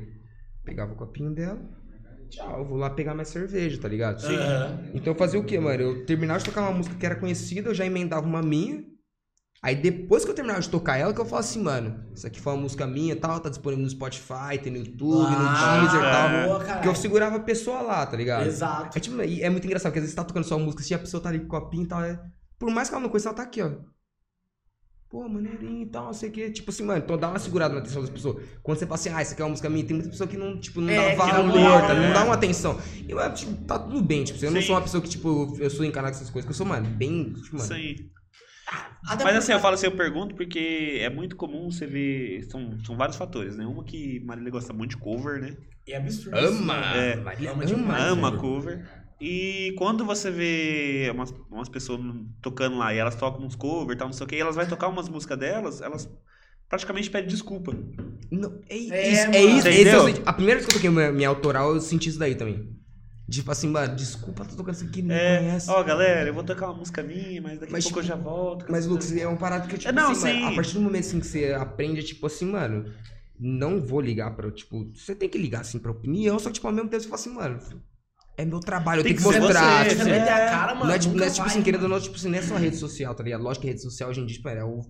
[SPEAKER 3] Pegava o copinho dela, tchau, eu vou lá pegar minha cerveja, tá ligado?
[SPEAKER 1] Aham.
[SPEAKER 3] Então eu fazia o quê, mano? Eu terminava de tocar uma música que era conhecida, eu já emendava uma minha. Aí depois que eu terminava de tocar ela, que eu falava assim, mano, isso aqui foi uma música minha e tal, tá disponível no Spotify, tem no YouTube,
[SPEAKER 1] Ah,
[SPEAKER 3] no Deezer e tal.
[SPEAKER 1] boa,
[SPEAKER 3] Porque eu
[SPEAKER 1] caralho.
[SPEAKER 3] segurava a pessoa lá, tá ligado?
[SPEAKER 1] Exato.
[SPEAKER 3] É, tipo, e é muito engraçado, porque às vezes você tá tocando só música assim, a pessoa tá ali com o copinho e tal. é- Por mais que ela não conheça, ela tá aqui, ó. Pô, maneirinho e tal, não sei o quê. Tipo assim, mano, então dá uma segurada na atenção das pessoas. Quando você fala assim, ah, isso aqui é uma música minha, tem muita pessoa que não, tipo, não
[SPEAKER 1] É, que
[SPEAKER 3] dá
[SPEAKER 1] não
[SPEAKER 3] valor,
[SPEAKER 1] dá,
[SPEAKER 3] tá?
[SPEAKER 1] né?
[SPEAKER 3] Não dá uma atenção. E, mano, tipo, tá tudo bem, tipo, eu não
[SPEAKER 2] Sim.
[SPEAKER 3] sou uma pessoa que, tipo, eu sou encanado com essas coisas, que eu sou, mano, bem,
[SPEAKER 1] Tá.
[SPEAKER 3] tipo, mano.
[SPEAKER 2] Sim.
[SPEAKER 3] Tá
[SPEAKER 1] Até
[SPEAKER 2] Mas
[SPEAKER 1] porque-
[SPEAKER 2] assim, eu falo assim, eu pergunto porque é muito comum você ver. São, são vários fatores, né? Uma que Marília gosta muito de cover, né?
[SPEAKER 3] assim,
[SPEAKER 1] É absurdo.
[SPEAKER 3] Ama!
[SPEAKER 2] É.
[SPEAKER 3] Maria
[SPEAKER 1] Ama
[SPEAKER 3] ama,
[SPEAKER 1] demais,
[SPEAKER 2] Ama
[SPEAKER 3] velho.
[SPEAKER 2] cover. E quando você vê umas, umas pessoas tocando lá e elas tocam uns covers e tal, não sei o que, e elas vão tocar umas músicas delas, elas praticamente pedem desculpa.
[SPEAKER 3] Não, é,
[SPEAKER 1] É,
[SPEAKER 3] isso,
[SPEAKER 1] mano.
[SPEAKER 3] é isso. esse é o
[SPEAKER 2] Entendeu?
[SPEAKER 3] senti- a primeira vez que eu toquei minha, minha autoral, eu senti isso daí também. Tipo assim, mano, desculpa, tô tocando isso aqui, não
[SPEAKER 2] É,
[SPEAKER 3] conhece.
[SPEAKER 2] ó galera, eu vou tocar uma música minha, mas daqui
[SPEAKER 3] Mas,
[SPEAKER 2] a pouco
[SPEAKER 3] tipo,
[SPEAKER 2] eu já volto.
[SPEAKER 3] Mas, Lucas, é uma parada que, tipo,
[SPEAKER 2] É, não,
[SPEAKER 3] assim, mano,
[SPEAKER 2] sim.
[SPEAKER 3] a partir do momento assim, que você aprende, é tipo assim, mano, não vou ligar pra, tipo, você tem que ligar, assim, pra opinião, só que, tipo, ao mesmo tempo você fala assim, mano, é meu trabalho, eu
[SPEAKER 2] Tem
[SPEAKER 3] tenho que
[SPEAKER 2] que ser
[SPEAKER 3] mostrar.
[SPEAKER 2] você,
[SPEAKER 3] tipo,
[SPEAKER 1] Você
[SPEAKER 2] é.
[SPEAKER 1] meter a cara, mano.
[SPEAKER 3] não é, tipo, não é,
[SPEAKER 1] nunca
[SPEAKER 3] tipo
[SPEAKER 1] vai, né?
[SPEAKER 3] assim,
[SPEAKER 1] mano.
[SPEAKER 3] querendo ou não, tipo, assim, não é só rede social, tá ligado? Lógico que a rede social hoje em dia, tipo, é, o-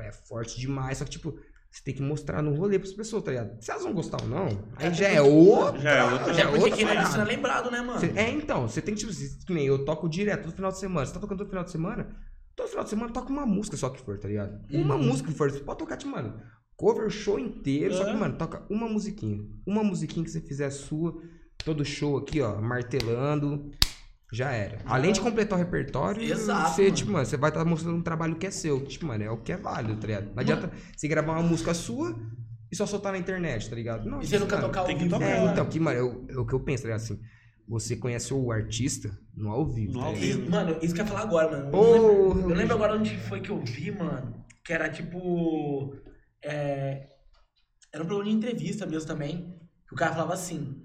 [SPEAKER 3] é forte demais, só que, tipo, você tem que mostrar no rolê pras pessoas, tá ligado? Se elas vão gostar ou não, aí já é outra.
[SPEAKER 2] Já é outra-
[SPEAKER 3] Já é
[SPEAKER 1] Porque
[SPEAKER 3] outra
[SPEAKER 1] quem não é
[SPEAKER 3] parada.
[SPEAKER 1] disso não é lembrado, né, mano?
[SPEAKER 3] Cê- é, então, você tem que, tipo, se- que nem eu toco direto todo final de semana. Você tá tocando todo final de semana? Todo final de semana toca uma música só que for, tá ligado? Uma
[SPEAKER 1] Hum.
[SPEAKER 3] música que for. Você pode tocar, tipo, mano, cover show inteiro, só que,
[SPEAKER 2] É.
[SPEAKER 3] mano, toca uma musiquinha. Uma musiquinha que você fizer sua, todo show aqui, ó, martelando. Já era. Além de completar o repertório,
[SPEAKER 1] Exato,
[SPEAKER 3] você,
[SPEAKER 1] mano.
[SPEAKER 3] tipo, mano, você vai estar mostrando um trabalho que é seu. Tipo, mano, é o que é válido, tá
[SPEAKER 1] Hum.
[SPEAKER 3] ligado? Não adianta você gravar uma música sua e só soltar na internet, tá ligado? Não,
[SPEAKER 1] E você nunca
[SPEAKER 3] mano,
[SPEAKER 1] tocar
[SPEAKER 2] tem
[SPEAKER 1] ao
[SPEAKER 2] que
[SPEAKER 1] vivo,
[SPEAKER 2] tocar,
[SPEAKER 1] né,
[SPEAKER 3] É,
[SPEAKER 1] mano?
[SPEAKER 3] então, que, mano, eu- é o que eu penso, tá ligado? Assim, você conhece o artista no ao vivo.
[SPEAKER 2] No
[SPEAKER 3] tá
[SPEAKER 2] ao
[SPEAKER 3] ligado?
[SPEAKER 1] E, mano, isso que eu ia falar agora, mano. Eu
[SPEAKER 3] Porra,
[SPEAKER 1] lembro- eu
[SPEAKER 3] bicho.
[SPEAKER 1] lembro agora onde foi que eu vi, mano, que era tipo. é, era um programa de entrevista mesmo também. Que o cara falava assim.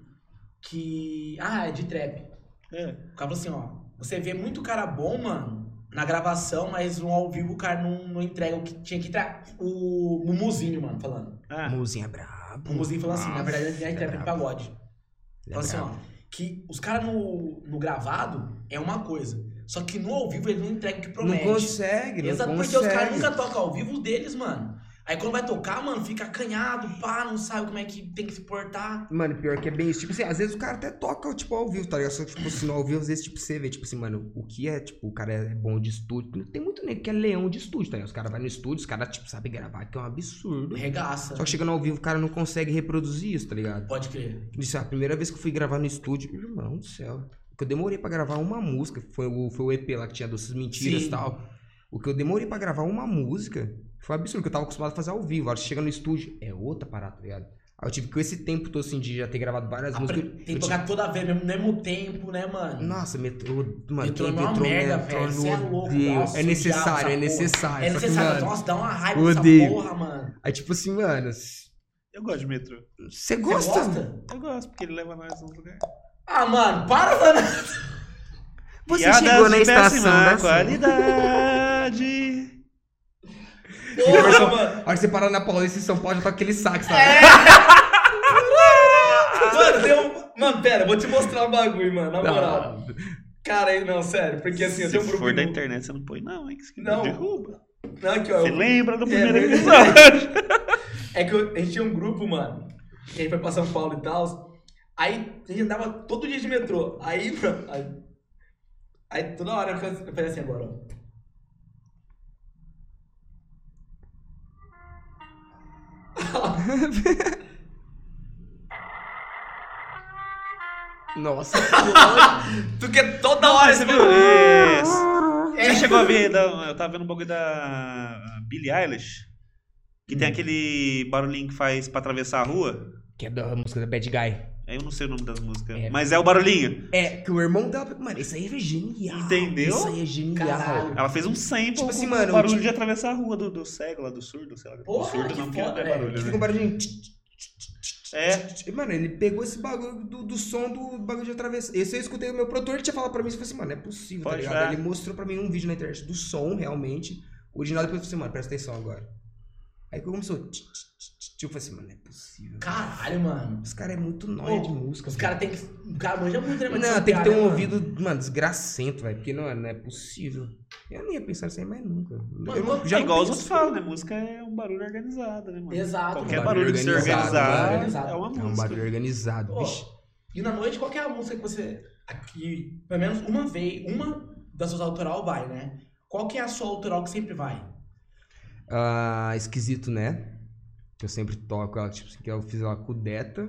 [SPEAKER 1] Que. Ah, é de trap.
[SPEAKER 2] É.
[SPEAKER 1] O cara falou assim, ó. Você vê muito cara bom, mano, na gravação, mas no ao vivo o cara não, não entrega o que tinha que entregar. O Mumuzinho, mano, falando.
[SPEAKER 2] Ah,
[SPEAKER 3] Muzinha é brabo.
[SPEAKER 1] O Mumuzinho falando assim, na
[SPEAKER 3] Nossa,
[SPEAKER 1] verdade, ele é trap
[SPEAKER 3] brabo.
[SPEAKER 1] de pagode.
[SPEAKER 3] ele é
[SPEAKER 1] Então, assim,
[SPEAKER 3] brabo.
[SPEAKER 1] ó, que os caras no, no gravado é uma coisa. Só que no ao vivo ele não entrega o que
[SPEAKER 3] Não
[SPEAKER 1] promete.
[SPEAKER 3] consegue, não
[SPEAKER 1] Exato,
[SPEAKER 3] consegue.
[SPEAKER 1] porque os caras nunca tocam ao vivo os deles, mano. Aí quando vai tocar, mano, fica acanhado, pá, não sabe como é que tem que se portar.
[SPEAKER 3] Mano, pior que é bem isso. Tipo assim, às vezes o cara até toca, tipo, ao vivo, tá ligado? Só que, tipo, se não ao vivo, às vezes, tipo, você vê, tipo assim, mano, o que é, tipo, o cara é bom de estúdio. Tem muito nego que é leão de estúdio, tá ligado? Os caras vai no estúdio, os caras, tipo, sabem gravar, que é um absurdo.
[SPEAKER 1] Regaça.
[SPEAKER 3] Só que chegando ao vivo, o cara não consegue reproduzir isso, tá ligado?
[SPEAKER 1] Pode crer.
[SPEAKER 3] Isso é a primeira vez que eu fui gravar no estúdio. Irmão do céu. Que eu demorei pra gravar uma música. Foi o, foi o EP lá que tinha doces mentiras e
[SPEAKER 1] Sim.
[SPEAKER 3] tal. O que eu demorei pra gravar uma música foi um absurdo, que eu tava acostumado a fazer ao vivo. Agora você chega no estúdio, é outra parada, tá ligado? Aí eu tive que esse tempo todo assim de já ter gravado várias
[SPEAKER 1] Apre-
[SPEAKER 3] músicas.
[SPEAKER 1] Ah, Tem
[SPEAKER 3] eu
[SPEAKER 1] que tocar toda vez, mesmo, mesmo tempo, né, mano?
[SPEAKER 3] Nossa, metrô. Mano,
[SPEAKER 1] Metrô
[SPEAKER 3] quem
[SPEAKER 1] é uma
[SPEAKER 3] metrô,
[SPEAKER 1] merda,
[SPEAKER 3] metrô,
[SPEAKER 1] velho,
[SPEAKER 3] meu
[SPEAKER 1] cê é louco,
[SPEAKER 3] Deus.
[SPEAKER 1] nossa,
[SPEAKER 3] É necessário, é
[SPEAKER 1] odiava essa
[SPEAKER 3] necessário.
[SPEAKER 1] é
[SPEAKER 3] só que,
[SPEAKER 1] necessário,
[SPEAKER 3] mano,
[SPEAKER 1] nossa, dá uma raiva
[SPEAKER 3] eu
[SPEAKER 1] essa
[SPEAKER 3] odeio.
[SPEAKER 1] porra, mano.
[SPEAKER 3] Aí tipo assim, mano, você
[SPEAKER 2] eu gosto de metrô.
[SPEAKER 1] Você
[SPEAKER 3] gosta?
[SPEAKER 1] gosta?
[SPEAKER 2] Eu gosto, porque ele leva nós nos lugares.
[SPEAKER 1] Ah, mano, para, <laughs> mano.
[SPEAKER 3] Você
[SPEAKER 2] Piadas
[SPEAKER 3] chegou na
[SPEAKER 2] de
[SPEAKER 3] estação
[SPEAKER 2] péssima
[SPEAKER 3] né, da
[SPEAKER 2] qualidade.
[SPEAKER 1] Porra, mano.
[SPEAKER 3] A hora que você parar na Paulista em São Paulo, já tá com aquele sax, sabe?
[SPEAKER 5] Mano, tem um. Mano, pera, eu vou te mostrar um bagulho, mano. Na
[SPEAKER 3] Não.
[SPEAKER 5] moral. Cara, aí, não, sério. Porque assim, eu
[SPEAKER 2] Se
[SPEAKER 5] tenho um grupo.
[SPEAKER 2] for da
[SPEAKER 5] no-
[SPEAKER 2] internet, você não põe, não, hein? Que isso aqui
[SPEAKER 5] Não.
[SPEAKER 2] derruba.
[SPEAKER 5] Não, aqui, ó.
[SPEAKER 2] Você
[SPEAKER 5] eu-
[SPEAKER 2] lembra do
[SPEAKER 5] É,
[SPEAKER 2] primeiro
[SPEAKER 5] verdade.
[SPEAKER 2] episódio?
[SPEAKER 5] É que eu- a gente tinha um grupo, mano. que A gente foi pra São Paulo e tal. Aí a gente andava todo dia de metrô. Aí, mano. Aí, aí toda hora eu fazia- eu fazia assim agora, ó.
[SPEAKER 3] <laughs> Nossa.
[SPEAKER 5] Tu quer toda hora
[SPEAKER 2] Ah,
[SPEAKER 5] esse
[SPEAKER 2] você
[SPEAKER 5] bagulho.
[SPEAKER 2] viu? É,
[SPEAKER 5] É.
[SPEAKER 2] Você chegou a ver, da- eu tava vendo um bagulho da Billie Eilish, que tem aquele barulhinho que faz pra atravessar a rua.
[SPEAKER 3] Que é da música da Bad Guy.
[SPEAKER 2] Eu não sei o nome das músicas,
[SPEAKER 3] É.
[SPEAKER 2] mas é o barulhinho.
[SPEAKER 3] É, que o irmão dela. Mano, isso aí é genial.
[SPEAKER 2] Entendeu?
[SPEAKER 3] Isso aí é genial.
[SPEAKER 1] Caralho.
[SPEAKER 2] Ela fez um sample
[SPEAKER 3] Tipo assim,
[SPEAKER 2] com
[SPEAKER 3] mano,
[SPEAKER 2] o barulho
[SPEAKER 3] tipo-
[SPEAKER 2] de atravessar a rua do, do cego lá, do surdo, sei lá. do
[SPEAKER 1] Porra,
[SPEAKER 2] surdo
[SPEAKER 1] que
[SPEAKER 2] não, porque
[SPEAKER 1] foda,
[SPEAKER 2] é
[SPEAKER 1] velho.
[SPEAKER 2] barulho,
[SPEAKER 3] Fica <laughs> um
[SPEAKER 2] né?
[SPEAKER 3] barulhinho.
[SPEAKER 2] É,
[SPEAKER 3] Mano, ele pegou esse bagulho do, do som do bagulho de atravessar. Esse eu escutei o meu produtor, ele tinha falado pra mim, eu falei assim, mano, não é possível, tá
[SPEAKER 2] Pode
[SPEAKER 3] ligado?
[SPEAKER 2] dar.
[SPEAKER 3] Ele mostrou pra mim um vídeo na internet do som, realmente. O original, depois eu falei assim, mano, presta atenção agora. Aí começou. tch, tch, tch, tch, Eu falei assim, mano, não é possível.
[SPEAKER 1] Caralho, mano.
[SPEAKER 3] Os caras é muito nóia
[SPEAKER 1] Ô,
[SPEAKER 3] de música.
[SPEAKER 1] Os
[SPEAKER 3] velho.
[SPEAKER 1] caras tem que. O cara manja muito, né, mano?
[SPEAKER 3] Não,
[SPEAKER 1] Esse
[SPEAKER 3] tem
[SPEAKER 1] cara,
[SPEAKER 3] que ter um
[SPEAKER 1] né, mano?
[SPEAKER 3] ouvido, mano, desgracento, velho. Porque não, não é possível. Eu não ia pensar nisso aí mais nunca. eu não,
[SPEAKER 2] é igual os
[SPEAKER 3] penso.
[SPEAKER 2] outros falam, né? Música é um barulho organizado, né, mano?
[SPEAKER 1] Exato,
[SPEAKER 2] Qualquer
[SPEAKER 1] mano.
[SPEAKER 2] barulho que você
[SPEAKER 3] Organizado,
[SPEAKER 2] organizar
[SPEAKER 1] organizado. né?
[SPEAKER 2] é uma
[SPEAKER 3] É um
[SPEAKER 2] música.
[SPEAKER 3] barulho organizado,
[SPEAKER 1] Ó,
[SPEAKER 3] bicho.
[SPEAKER 1] E na noite, qual que é a música que você. Aqui, pelo menos uma vez, uma das suas autoral vai, né? Qual que é a sua autoral que sempre vai?
[SPEAKER 3] Ah, esquisito, né? Que eu sempre toco ela, tipo assim, que eu fiz ela com o Deta.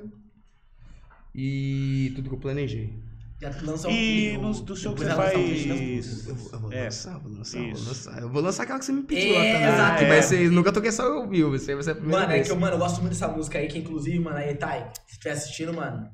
[SPEAKER 3] E tudo que eu planejei.
[SPEAKER 1] Já lança um
[SPEAKER 2] E
[SPEAKER 1] clipe,
[SPEAKER 2] nos-
[SPEAKER 1] o-
[SPEAKER 2] do show que
[SPEAKER 1] depois
[SPEAKER 2] você
[SPEAKER 1] ela lança um
[SPEAKER 2] faz.
[SPEAKER 1] clipe das músicas.
[SPEAKER 2] É.
[SPEAKER 3] vou
[SPEAKER 2] Isso.
[SPEAKER 3] Eu vou lançar aquela que você me pediu
[SPEAKER 1] É,
[SPEAKER 3] lá também.
[SPEAKER 1] exato.
[SPEAKER 3] que vai
[SPEAKER 2] É.
[SPEAKER 3] ser, nunca toquei só eu ouvi, você vai ser a primeira
[SPEAKER 1] Mano, é
[SPEAKER 3] vez.
[SPEAKER 1] que eu, mano, eu gosto muito dessa música aí, que inclusive, mano, aí, Thay, se estiver assistindo, mano,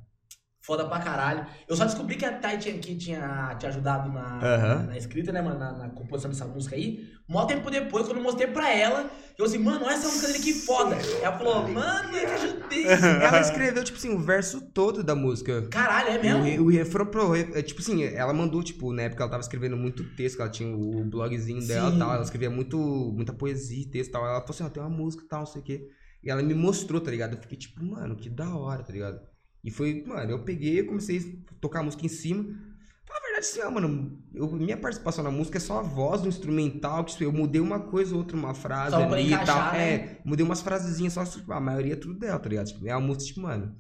[SPEAKER 1] foda pra caralho. Eu só descobri que a Thay tinha, que tinha te ajudado na,
[SPEAKER 3] Aham.
[SPEAKER 1] na escrita, né, mano, na, na composição dessa música aí. Mó tempo depois, quando eu mostrei pra ela, eu assim, mano, olha essa música dele que foda. Ela falou, mano, eu te ajudei.
[SPEAKER 3] Ela escreveu, tipo assim, o verso todo da música.
[SPEAKER 1] Caralho, é
[SPEAKER 3] E O,
[SPEAKER 1] mesmo?
[SPEAKER 3] re- o refrão pro. re- é, Tipo assim, ela mandou, tipo, na época ela tava escrevendo muito texto, ela tinha o blogzinho dela
[SPEAKER 1] Sim.
[SPEAKER 3] e tal, ela escrevia muito, muita poesia e texto e tal. Ela falou assim, ó, tem uma música e tal, não sei o quê. E ela me mostrou, tá ligado? Eu fiquei tipo, mano, que da hora, tá ligado? E foi, mano, eu peguei, eu comecei a tocar a música em cima. Falar a verdade, assim, ó, mano, eu- minha participação na música é só a voz do instrumental, que tipo, eu mudei uma coisa ou outra, uma frase
[SPEAKER 1] Só pra
[SPEAKER 3] ali e tal.
[SPEAKER 1] encaixar, né?
[SPEAKER 3] É, mudei umas frasezinhas, só tipo, a maioria é tudo dela, tá ligado? Tipo, é uma música, tipo, mano,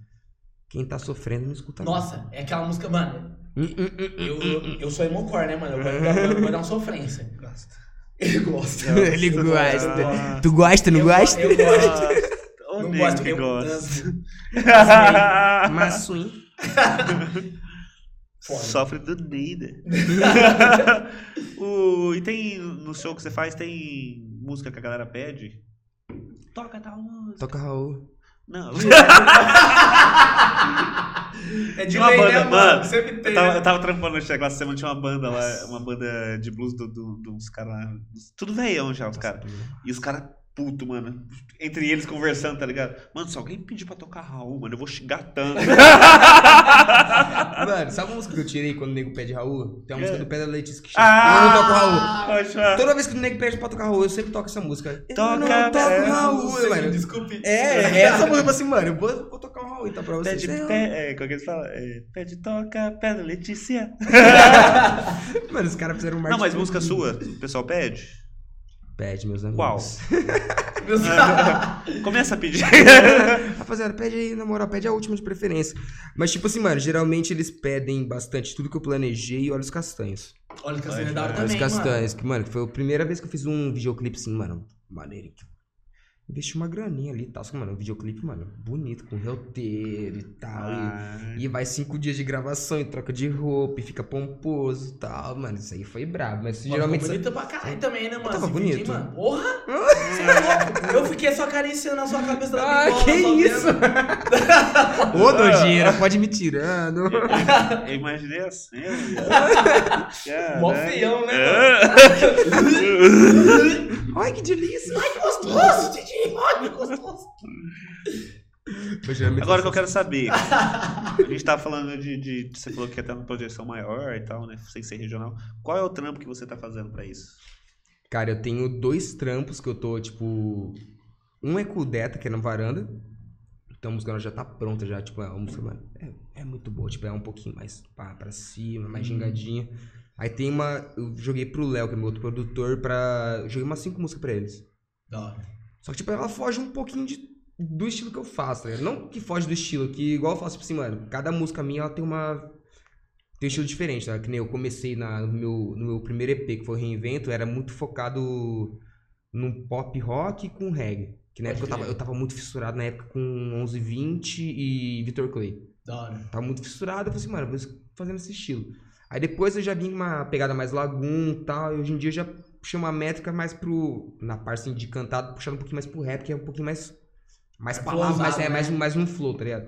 [SPEAKER 3] quem tá sofrendo não escuta nada.
[SPEAKER 1] Nossa, é aquela música, mano,
[SPEAKER 3] Hum, hum, hum.
[SPEAKER 1] eu, eu, eu sou emocore, né, mano? Eu, eu, eu, eu vou dar uma sofrência. <laughs> Ele gosta.
[SPEAKER 3] Ele gosta. Tu gosta, não
[SPEAKER 1] Eu-
[SPEAKER 3] gosta?
[SPEAKER 1] Eu gosto.
[SPEAKER 2] Não
[SPEAKER 1] Não
[SPEAKER 2] gosto,
[SPEAKER 1] gosto,
[SPEAKER 2] que
[SPEAKER 1] eu
[SPEAKER 2] gosta.
[SPEAKER 1] danço.
[SPEAKER 3] Mas swing.
[SPEAKER 1] Foda.
[SPEAKER 2] Sofre do nada. O- e tem, no show que você faz, tem música que a galera pede? Toca tal música.
[SPEAKER 3] Toca Raul.
[SPEAKER 2] Não.
[SPEAKER 5] É de
[SPEAKER 2] Tinha uma
[SPEAKER 5] lei,
[SPEAKER 2] banda,
[SPEAKER 5] né,
[SPEAKER 2] mano?
[SPEAKER 5] Sempre tem.
[SPEAKER 2] Eu tava,
[SPEAKER 5] né?
[SPEAKER 2] eu tava trampando no Cheque lá essa semana, tinha uma banda lá, uma banda de blues de do, do, de uns caras lá. Tudo veião já, os caras. E os caras puto, mano. Entre eles conversando, tá ligado? Mano, se alguém pedir pra tocar Raul, mano, eu vou xingar tanto.
[SPEAKER 3] Mano, sabe uma música que eu tirei quando o nego pede Raul? Tem uma música do Pedra Letícia que chama Eu não toco Raul.
[SPEAKER 2] ah, poxa.
[SPEAKER 3] Toda vez que o nego pede pra tocar Raul, eu sempre toco essa música. Eu
[SPEAKER 2] Toca,
[SPEAKER 3] não toco
[SPEAKER 2] é,
[SPEAKER 3] Raul,
[SPEAKER 5] Você me
[SPEAKER 3] mano.
[SPEAKER 5] Desculpe.
[SPEAKER 3] É, é essa música, eu falei assim, mano, eu vou, vou tocar um Raul então pra vocês.
[SPEAKER 2] Pede,
[SPEAKER 3] Sei lá.
[SPEAKER 2] pe, é, como é que eles falam? É, pede, toca, pedra, Letícia.
[SPEAKER 3] Mano, os caras fizeram um
[SPEAKER 2] Não, mas
[SPEAKER 3] marketing
[SPEAKER 2] música
[SPEAKER 3] pra mim.
[SPEAKER 2] sua, o pessoal pede?
[SPEAKER 3] Pede, meus amigos.
[SPEAKER 5] <laughs>
[SPEAKER 2] Qual?
[SPEAKER 5] Meu
[SPEAKER 2] Começa a pedir.
[SPEAKER 3] Rapaziada, pede aí, na moral, pede a última de preferência. Mas, tipo assim, mano, geralmente eles pedem bastante tudo que eu planejei e olha os castanhos.
[SPEAKER 1] Olha que
[SPEAKER 2] Olha,
[SPEAKER 1] é da hora
[SPEAKER 2] olha
[SPEAKER 3] Olha os
[SPEAKER 1] também, mano.
[SPEAKER 3] castanhos, que, mano, que foi a primeira vez que eu fiz um videoclipe assim, mano, maneiro. que- Investi uma graninha ali e tal, só que, mano, um videoclipe, mano, bonito, com roteiro e tal. e- E vai cinco dias de gravação e troca de roupa e fica pomposo e tal, mano. Isso aí foi brabo, mas
[SPEAKER 1] Mas
[SPEAKER 3] geralmente.
[SPEAKER 1] ficou bonita pra caralho também, né, mano?
[SPEAKER 3] tava
[SPEAKER 1] Esse vídeo,
[SPEAKER 3] bonito.
[SPEAKER 1] hein, mano?
[SPEAKER 3] <laughs>
[SPEAKER 1] Porra! Você é louco? Eu fiquei só acariciando a sua cabeça da
[SPEAKER 3] <laughs> Ah,
[SPEAKER 1] bigola,
[SPEAKER 3] que
[SPEAKER 1] só
[SPEAKER 3] isso?
[SPEAKER 1] vendo.
[SPEAKER 3] Ô, nojeira, pode me tirando.
[SPEAKER 2] Eu imaginei assim.
[SPEAKER 5] Mó feião, né,
[SPEAKER 2] É.
[SPEAKER 5] <laughs>
[SPEAKER 2] mano?
[SPEAKER 3] Ai, que delícia.
[SPEAKER 1] Ai, que gostoso, Didi! Ai, que gostoso!
[SPEAKER 3] Mas geralmente-
[SPEAKER 2] Agora que eu quero saber. A gente tava falando de, de- Você falou que ia ter uma projeção maior e tal, né? Sem ser regional. Qual é o trampo que você tá fazendo pra isso?
[SPEAKER 3] Cara, eu tenho dois trampos que eu tô, tipo. Um é com o Deta, que é na varanda. Então a música ela já tá pronta, já, tipo, é uma música, mano. É, é muito boa, tipo, é um pouquinho mais pá, pra cima, mais
[SPEAKER 1] Uhum.
[SPEAKER 3] gingadinha. Aí tem uma. Eu joguei pro Léo, que é meu outro produtor, pra. Eu joguei umas cinco músicas pra eles.
[SPEAKER 1] Da hora.
[SPEAKER 3] Só que, tipo, ela foge um pouquinho de- do estilo que eu faço, tá ligado? Não que foge do estilo, que igual eu faço, tipo assim, mano, cada música minha, ela tem uma... Tem um estilo diferente, tá? Que nem eu comecei na, no, meu, no meu primeiro EP, que foi o Reinvento, era muito focado num pop rock com reggae. Que na
[SPEAKER 1] Pode
[SPEAKER 3] época eu tava,
[SPEAKER 1] crer.
[SPEAKER 3] eu tava muito fissurado, na época com 1120 e Vitor Clay.
[SPEAKER 1] Da hora.
[SPEAKER 3] Tava muito fissurado, eu falei assim, mano, eu vou fazendo esse estilo. Aí depois eu já vim com uma pegada mais lagoon e tal, e hoje em dia eu já puxei uma métrica mais pro. Na parte assim, de cantado, puxando um pouquinho mais pro rap, que é um pouquinho mais. Mais
[SPEAKER 1] É
[SPEAKER 3] palavras,
[SPEAKER 1] flowzado,
[SPEAKER 3] mais,
[SPEAKER 1] né?
[SPEAKER 3] é, mais, um- mais um flow, tá ligado?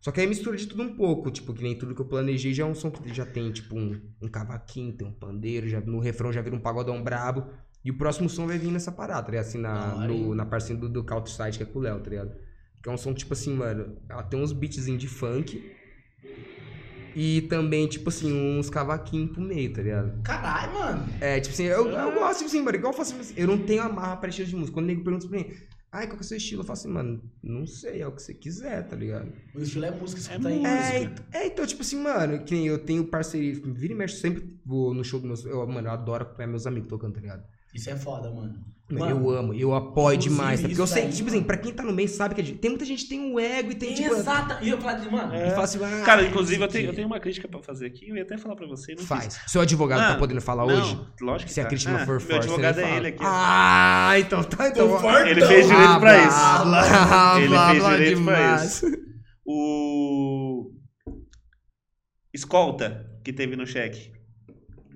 [SPEAKER 3] Só que aí mistura de tudo um pouco, tipo, que nem tudo que eu planejei já é um som que já tem, tipo, um, um cavaquinho, tem um pandeiro, já, no refrão já vira um pagodão brabo. E o próximo som vai vir nessa parada, tá ligado? Assim,
[SPEAKER 1] Da
[SPEAKER 3] na,
[SPEAKER 1] hora,
[SPEAKER 3] no-
[SPEAKER 1] hein?
[SPEAKER 3] na parte assim, do, do Couch Side, que é com o Léo, tá ligado? Que é um som, tipo assim, mano, ela tem uns beatzinhos de funk. E também, tipo assim, uns cavaquinhos pro meio, tá ligado?
[SPEAKER 1] Caralho, mano.
[SPEAKER 3] É, tipo assim, eu,
[SPEAKER 1] Ah.
[SPEAKER 3] eu gosto, tipo assim, mano, igual eu faço, tipo assim, eu não tenho amarra pra estilo de música. Quando o nego pergunta pra mim, ai, qual que é o seu estilo? Eu falo assim, mano, não sei, é o que você quiser, tá ligado?
[SPEAKER 1] Meu estilo é música, escuta
[SPEAKER 2] É
[SPEAKER 1] aí.
[SPEAKER 2] música.
[SPEAKER 1] música.
[SPEAKER 3] É, ent- é, então, tipo assim, mano, que nem eu tenho parceria, vira e mexe, sempre vou no show dos meus. Eu, mano, eu adoro acompanhar meus amigos tocando, tá ligado?
[SPEAKER 1] Isso é foda, mano.
[SPEAKER 3] Mano,
[SPEAKER 1] Mano,
[SPEAKER 3] eu amo, eu apoio
[SPEAKER 1] inclusive
[SPEAKER 3] demais, tá? Porque eu
[SPEAKER 1] isso
[SPEAKER 3] sei,
[SPEAKER 1] daí,
[SPEAKER 3] que, tipo assim, pra quem tá no meio sabe que é. de- Tem muita gente que tem um ego e tem, tipo.
[SPEAKER 1] Exata. E eu falei, mano. é
[SPEAKER 3] E fala assim, ah,
[SPEAKER 2] Cara, inclusive eu tenho, eu
[SPEAKER 3] que-
[SPEAKER 2] tenho uma crítica pra fazer aqui. Eu ia até falar pra você. Não
[SPEAKER 3] Faz. Seu advogado tá
[SPEAKER 2] Ah,
[SPEAKER 3] podendo falar
[SPEAKER 2] Não,
[SPEAKER 3] hoje?
[SPEAKER 2] lógico que
[SPEAKER 3] Se a
[SPEAKER 2] tá.
[SPEAKER 3] crítica
[SPEAKER 2] Ah,
[SPEAKER 3] não for
[SPEAKER 2] Meu
[SPEAKER 3] forte. você
[SPEAKER 2] advogado é
[SPEAKER 3] fala.
[SPEAKER 2] ele aqui.
[SPEAKER 3] Ah, então tá, então.
[SPEAKER 1] Tô fortão.
[SPEAKER 2] Ele fez direito pra isso.
[SPEAKER 3] Ah, blá, blá,
[SPEAKER 2] Ele
[SPEAKER 3] blá,
[SPEAKER 2] fez
[SPEAKER 3] blá
[SPEAKER 2] direito pra
[SPEAKER 3] demais.
[SPEAKER 2] O. Escolta, que teve no cheque.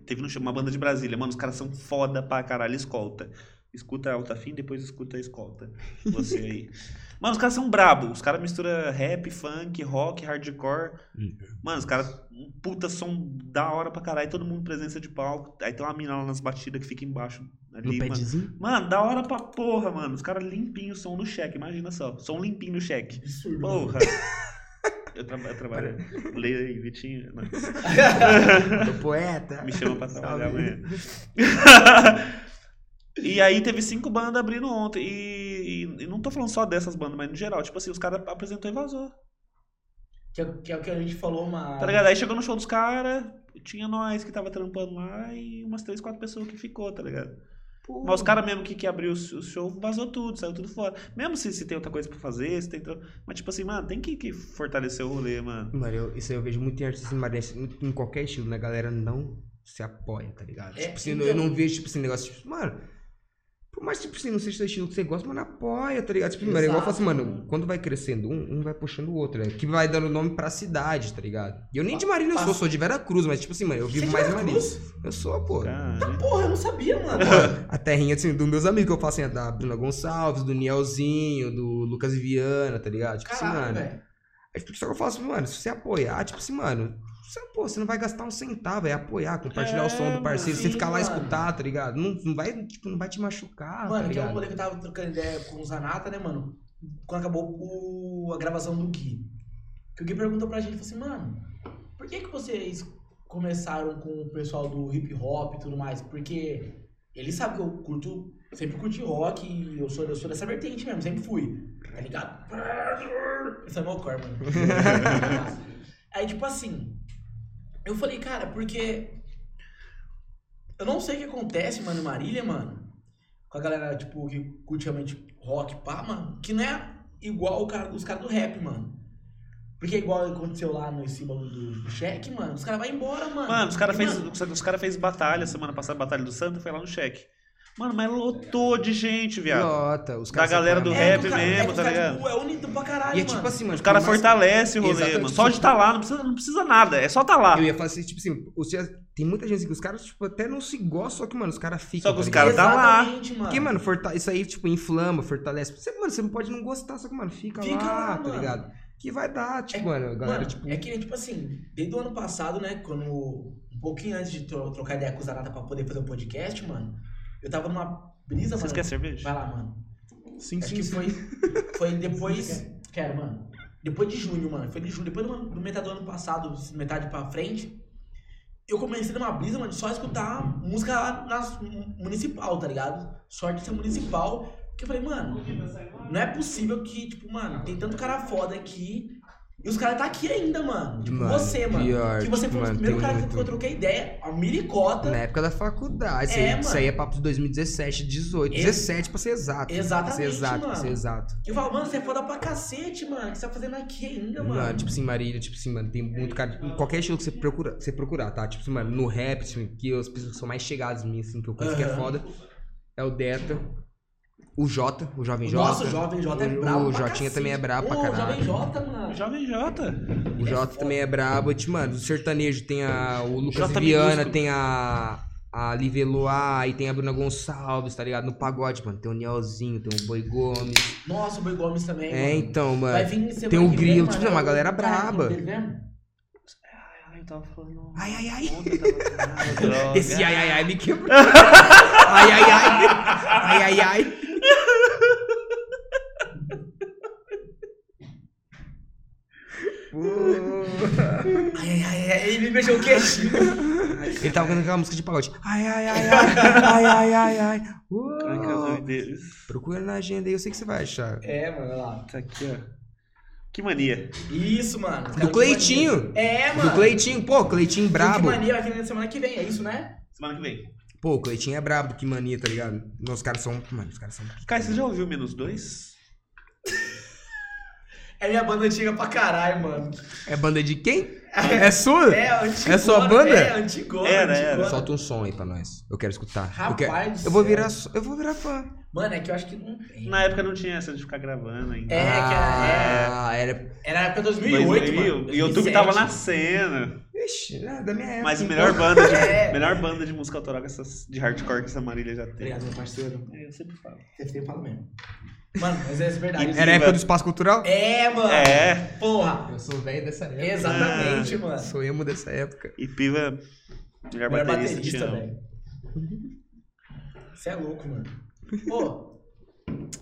[SPEAKER 2] Teve no cheque, uma banda de Brasília. Mano, os caras são foda pra caralho. Escolta. Escuta Alta Fim, depois escuta a Escolta. Você aí. Mano, os caras são brabo. Os caras misturam rap, funk, rock, hardcore. Mano, os caras. Um puta som da hora pra caralho. Todo mundo presença de palco. Aí tem uma mina lá nas batidas que fica embaixo.
[SPEAKER 3] No
[SPEAKER 2] Ali, mano.
[SPEAKER 3] padzinho?
[SPEAKER 2] Mano, da hora pra porra, mano. Os caras limpinho o som no cheque, imagina só. Som limpinho no cheque.
[SPEAKER 1] Absurdo. mano.
[SPEAKER 2] Porra. eu, traba- eu trabalho. Leia aí, Vitinho. Não.
[SPEAKER 3] Do poeta.
[SPEAKER 2] Me chama pra trabalhar
[SPEAKER 3] Salve.
[SPEAKER 2] amanhã. e aí teve cinco bandas abrindo ontem. E, e- e não tô falando só dessas bandas, mas no geral. Tipo assim, os caras apresentou e vazou.
[SPEAKER 1] Que, é- que é o que a gente falou, mano.
[SPEAKER 2] Tá ligado? Aí chegou no show dos caras, tinha nós que tava trampando lá e umas três, quatro pessoas que ficou, tá ligado?
[SPEAKER 1] Pô.
[SPEAKER 2] Mas os caras mesmo que, que abriu o s- o show, vazou tudo, saiu tudo fora. Mesmo se, se tem outra coisa pra fazer, se tem. tra- Mas tipo assim, mano, tem que, que fortalecer o rolê, mano.
[SPEAKER 3] Mano, eu- isso aí eu vejo muito em artista maranhense, em- em qualquer estilo, né? A galera não se apoia, tá ligado?
[SPEAKER 1] É,
[SPEAKER 3] tipo assim,
[SPEAKER 1] então-
[SPEAKER 3] eu não vejo, tipo, esse negócio, tipo, mano. Por mais que tipo, assim, não seja o estilo que você gosta, mano, apoia, tá ligado? Tipo, mano, é igual eu falo assim, mano, quando vai crescendo um, um vai puxando o outro, né? Que vai dando nome pra cidade, tá ligado? E eu nem de Marília eu sou, sou de Vera Cruz, mas tipo assim, mano, eu
[SPEAKER 1] é
[SPEAKER 3] vivo mais em Marília. Eu sou, pô.
[SPEAKER 2] Caralho.
[SPEAKER 5] Porra, eu não sabia, mano.
[SPEAKER 3] A terrinha, assim, dos meus amigos que eu falo assim, é da Bruna Gonçalves, do Nielzinho, do Lucas Viana, tá ligado? Tipo assim, mano.
[SPEAKER 5] Caralho, velho.
[SPEAKER 3] É tipo, só que eu falo assim, mano, se você apoiar, tipo assim, mano, você, pô, você não vai gastar um centavo, é apoiar, compartilhar
[SPEAKER 2] É,
[SPEAKER 3] o som do parceiro,
[SPEAKER 5] sim,
[SPEAKER 3] você ficar lá e
[SPEAKER 5] mano.
[SPEAKER 3] escutar, tá ligado? Não, não vai, tipo, não vai te
[SPEAKER 1] mano,
[SPEAKER 3] machucar, tá
[SPEAKER 1] tem um
[SPEAKER 3] ligado?
[SPEAKER 1] moleque que tava trocando ideia com o Zanata, né, mano? Quando acabou o- a gravação do Gui. Que o Gui perguntou pra gente, falou assim, mano, por que que vocês começaram com o pessoal do hip hop e tudo mais? Porque ele sabe que eu curto, sempre curti rock e eu sou, eu sou dessa vertente mesmo, sempre fui. Tá ligado? Esse é meu core,
[SPEAKER 3] <laughs>
[SPEAKER 1] mano. Aí, tipo assim, eu falei, cara, porque eu não sei o que acontece, mano, em Marília, mano. Com a galera, tipo, que curte realmente rock, pá, mano. Que não é igual o cara, os caras do rap, mano. Porque é igual aconteceu lá no esse bagulho do, do cheque, mano. Os caras vão embora, mano.
[SPEAKER 2] Mano, os caras
[SPEAKER 1] E,
[SPEAKER 2] fez,
[SPEAKER 1] mano,
[SPEAKER 2] os cara fez batalha semana passada, batalha do Santa, foi lá no cheque. Mano, mas lotou de gente, viado.
[SPEAKER 3] Lota, os
[SPEAKER 2] Da
[SPEAKER 3] caras se
[SPEAKER 2] galera
[SPEAKER 3] apoiam
[SPEAKER 2] do
[SPEAKER 3] mais.
[SPEAKER 2] rap
[SPEAKER 1] que o é, cara-
[SPEAKER 2] mesmo,
[SPEAKER 1] que os
[SPEAKER 2] tá
[SPEAKER 1] caras,
[SPEAKER 2] ligado?
[SPEAKER 1] Tipo, é unido pra caralho,
[SPEAKER 3] E é
[SPEAKER 1] mano.
[SPEAKER 3] tipo assim, mano.
[SPEAKER 2] Os caras
[SPEAKER 3] por mais-
[SPEAKER 2] fortalecem o rolê,
[SPEAKER 3] Exatamente,
[SPEAKER 2] mano. Só de estar lá, não precisa, não precisa nada. É só estar lá.
[SPEAKER 3] Eu ia falar assim, tipo assim, os caras- tem muita gente assim que os caras, tipo, até não se gostam, só que, mano, os caras ficam.
[SPEAKER 2] Só que os
[SPEAKER 3] tá
[SPEAKER 2] caras
[SPEAKER 3] ligado?
[SPEAKER 2] tá lá.
[SPEAKER 1] Exatamente, mano.
[SPEAKER 3] Porque, mano, forta- isso aí, tipo, inflama, fortalece. Você, mano, você não pode não gostar, só que, mano, fica,
[SPEAKER 1] Fica
[SPEAKER 3] lá,
[SPEAKER 1] lá,
[SPEAKER 3] tá
[SPEAKER 1] mano.
[SPEAKER 3] ligado? Que vai dar, tipo, mano, a galera,
[SPEAKER 1] Mano,
[SPEAKER 3] tipo.
[SPEAKER 1] é que, tipo assim, desde o ano passado, né, quando, um pouquinho antes de tro- trocar ideia com o Zanata pra poder fazer o podcast, mano, eu tava numa brisa,
[SPEAKER 2] Vocês
[SPEAKER 1] mano.
[SPEAKER 2] querem cerveja?
[SPEAKER 1] Vai lá, mano.
[SPEAKER 3] Sim,
[SPEAKER 1] Acho que foi, foi depois, quero, mano, depois de junho, mano, foi de junho, depois do, ano- do metade do ano passado, metade pra frente, eu comecei numa brisa, mano, de só escutar música lá nas municipal, tá ligado? Só de ser municipal, que eu falei, mano, não é possível que, tipo, mano, tem tanto cara foda aqui. E os caras tá aqui ainda, mano. Tipo,
[SPEAKER 3] Mano,
[SPEAKER 1] você, mano.
[SPEAKER 3] pior,
[SPEAKER 1] que você foi
[SPEAKER 3] mano,
[SPEAKER 1] o primeiro
[SPEAKER 3] tem
[SPEAKER 1] cara que
[SPEAKER 3] muito. Né?
[SPEAKER 1] eu troquei ideia. A Miricota.
[SPEAKER 3] Na época da faculdade. Isso,
[SPEAKER 1] É,
[SPEAKER 3] aí, isso
[SPEAKER 1] mano.
[SPEAKER 3] aí é papo de 2017, 18,
[SPEAKER 1] Ex-
[SPEAKER 3] 17 pra ser exato. Pra
[SPEAKER 1] Exatamente,
[SPEAKER 3] ser exato, pra
[SPEAKER 1] mano.
[SPEAKER 3] ser exato.
[SPEAKER 1] E eu falo, mano, você é foda pra cacete, mano. O que você tá fazendo aqui ainda, mano?
[SPEAKER 3] Mano, tipo assim, Marília, tipo assim, mano, tem muito cara. em Qualquer estilo que você, procura, que você procurar, tá? Tipo assim, mano, no rap, tipo, que as pessoas que são mais chegadas em mim, assim, que eu conheço que é
[SPEAKER 1] Aham.
[SPEAKER 3] foda. É o Deta, o Jota, o Jovem
[SPEAKER 1] o
[SPEAKER 3] Jota.
[SPEAKER 1] nosso jovem Jota é
[SPEAKER 3] o-
[SPEAKER 1] brabo.
[SPEAKER 3] o
[SPEAKER 1] pra
[SPEAKER 3] Jotinha
[SPEAKER 1] cacete.
[SPEAKER 3] também é brabo pra
[SPEAKER 1] Ô,
[SPEAKER 3] caralho.
[SPEAKER 1] O jovem Jota, mano.
[SPEAKER 2] Jovem Jota.
[SPEAKER 3] O Jota também é brabo. E, tipo, mano, do sertanejo tem a, o Lucas
[SPEAKER 2] Jota
[SPEAKER 3] Viana,
[SPEAKER 2] minúsculo.
[SPEAKER 3] tem a. A Liveloa, e tem a Bruna Gonçalves, tá ligado? No pagode, mano. Tem o Nielzinho, tem o Boi Gomes.
[SPEAKER 1] Nossa, o Boi Gomes também.
[SPEAKER 3] É,
[SPEAKER 1] mano.
[SPEAKER 3] então,
[SPEAKER 1] Vai
[SPEAKER 3] mano.
[SPEAKER 1] vir semana
[SPEAKER 3] tem o
[SPEAKER 1] que
[SPEAKER 3] Grilo,
[SPEAKER 1] mano,
[SPEAKER 3] tipo, é uma
[SPEAKER 1] o
[SPEAKER 3] galera
[SPEAKER 1] cara, o né? nome
[SPEAKER 3] braba.
[SPEAKER 1] dele mesmo?
[SPEAKER 2] Ai, eu tava falando.
[SPEAKER 3] Ai, ai, ai.
[SPEAKER 2] Droga.
[SPEAKER 3] Esse ai, ai, ai me quebrou. ai, ai, ai. Ai, ai, ai. Pô.
[SPEAKER 1] Ai, ai, ai, ai, ele me mexeu o queixinho.
[SPEAKER 3] Ele tava cantando aquela música de pagode. Ai, ai, ai, ai. Ai, ai, ai, ai. Uou.
[SPEAKER 2] Como é que é o nome deles?
[SPEAKER 3] Procura na agenda aí, eu sei que você vai achar.
[SPEAKER 5] É, mano, olha lá.
[SPEAKER 2] Tá aqui, ó. Que mania.
[SPEAKER 1] Isso, mano.
[SPEAKER 3] Do Cleitinho.
[SPEAKER 1] É, mano.
[SPEAKER 3] Do Cleitinho, pô, Cleitinho brabo.
[SPEAKER 1] Que mania vai vir na semana que vem, é isso, né?
[SPEAKER 2] Semana que vem.
[SPEAKER 3] Pô, o Cleitinho é brabo, do que mania, tá ligado? Não, Os caras são. Mano, os caras são.
[SPEAKER 2] Cara, você já ouviu Menos Dois?
[SPEAKER 1] É minha banda antiga pra caralho, mano.
[SPEAKER 3] É banda de quem? É sua?
[SPEAKER 1] É, antigona,
[SPEAKER 3] <laughs> É sua banda?
[SPEAKER 1] É, antigona.
[SPEAKER 2] Era,
[SPEAKER 1] antigona.
[SPEAKER 2] era.
[SPEAKER 3] Solta um som aí pra nós. Eu quero escutar. eu, quero-
[SPEAKER 1] Rapaz do
[SPEAKER 3] eu vou
[SPEAKER 1] céu.
[SPEAKER 3] virar so- eu vou virar fã.
[SPEAKER 1] Mano, é que eu acho que não tem.
[SPEAKER 2] Na época não tinha essa de ficar gravando ainda.
[SPEAKER 1] É, cara,
[SPEAKER 3] Ah, era.
[SPEAKER 1] Era na época de 2008,
[SPEAKER 2] 2000,
[SPEAKER 1] mano.
[SPEAKER 2] E o YouTube tava
[SPEAKER 1] 2007.
[SPEAKER 2] nascendo.
[SPEAKER 3] Ixi, né, da minha época.
[SPEAKER 2] Mas a
[SPEAKER 3] então.
[SPEAKER 2] melhor banda de,
[SPEAKER 1] É.
[SPEAKER 2] melhor banda de música autoral que essas, de hardcore que essa Marília já
[SPEAKER 1] tá
[SPEAKER 2] teve.
[SPEAKER 5] Obrigado, meu parceiro.
[SPEAKER 2] É, eu sempre falo.
[SPEAKER 5] Você tem falo mesmo.
[SPEAKER 1] Mano, mas é verdade.
[SPEAKER 3] Era a época do espaço cultural?
[SPEAKER 1] É, mano.
[SPEAKER 2] É. Ah,
[SPEAKER 1] Porra.
[SPEAKER 3] Eu sou velho dessa época. Ah,
[SPEAKER 1] Exatamente, mano.
[SPEAKER 3] Sou emo dessa época.
[SPEAKER 2] E Piva, melhor,
[SPEAKER 1] Melhor
[SPEAKER 2] baterista, te
[SPEAKER 1] baterista,
[SPEAKER 2] amo.
[SPEAKER 1] velho. Você é louco, mano. Pô,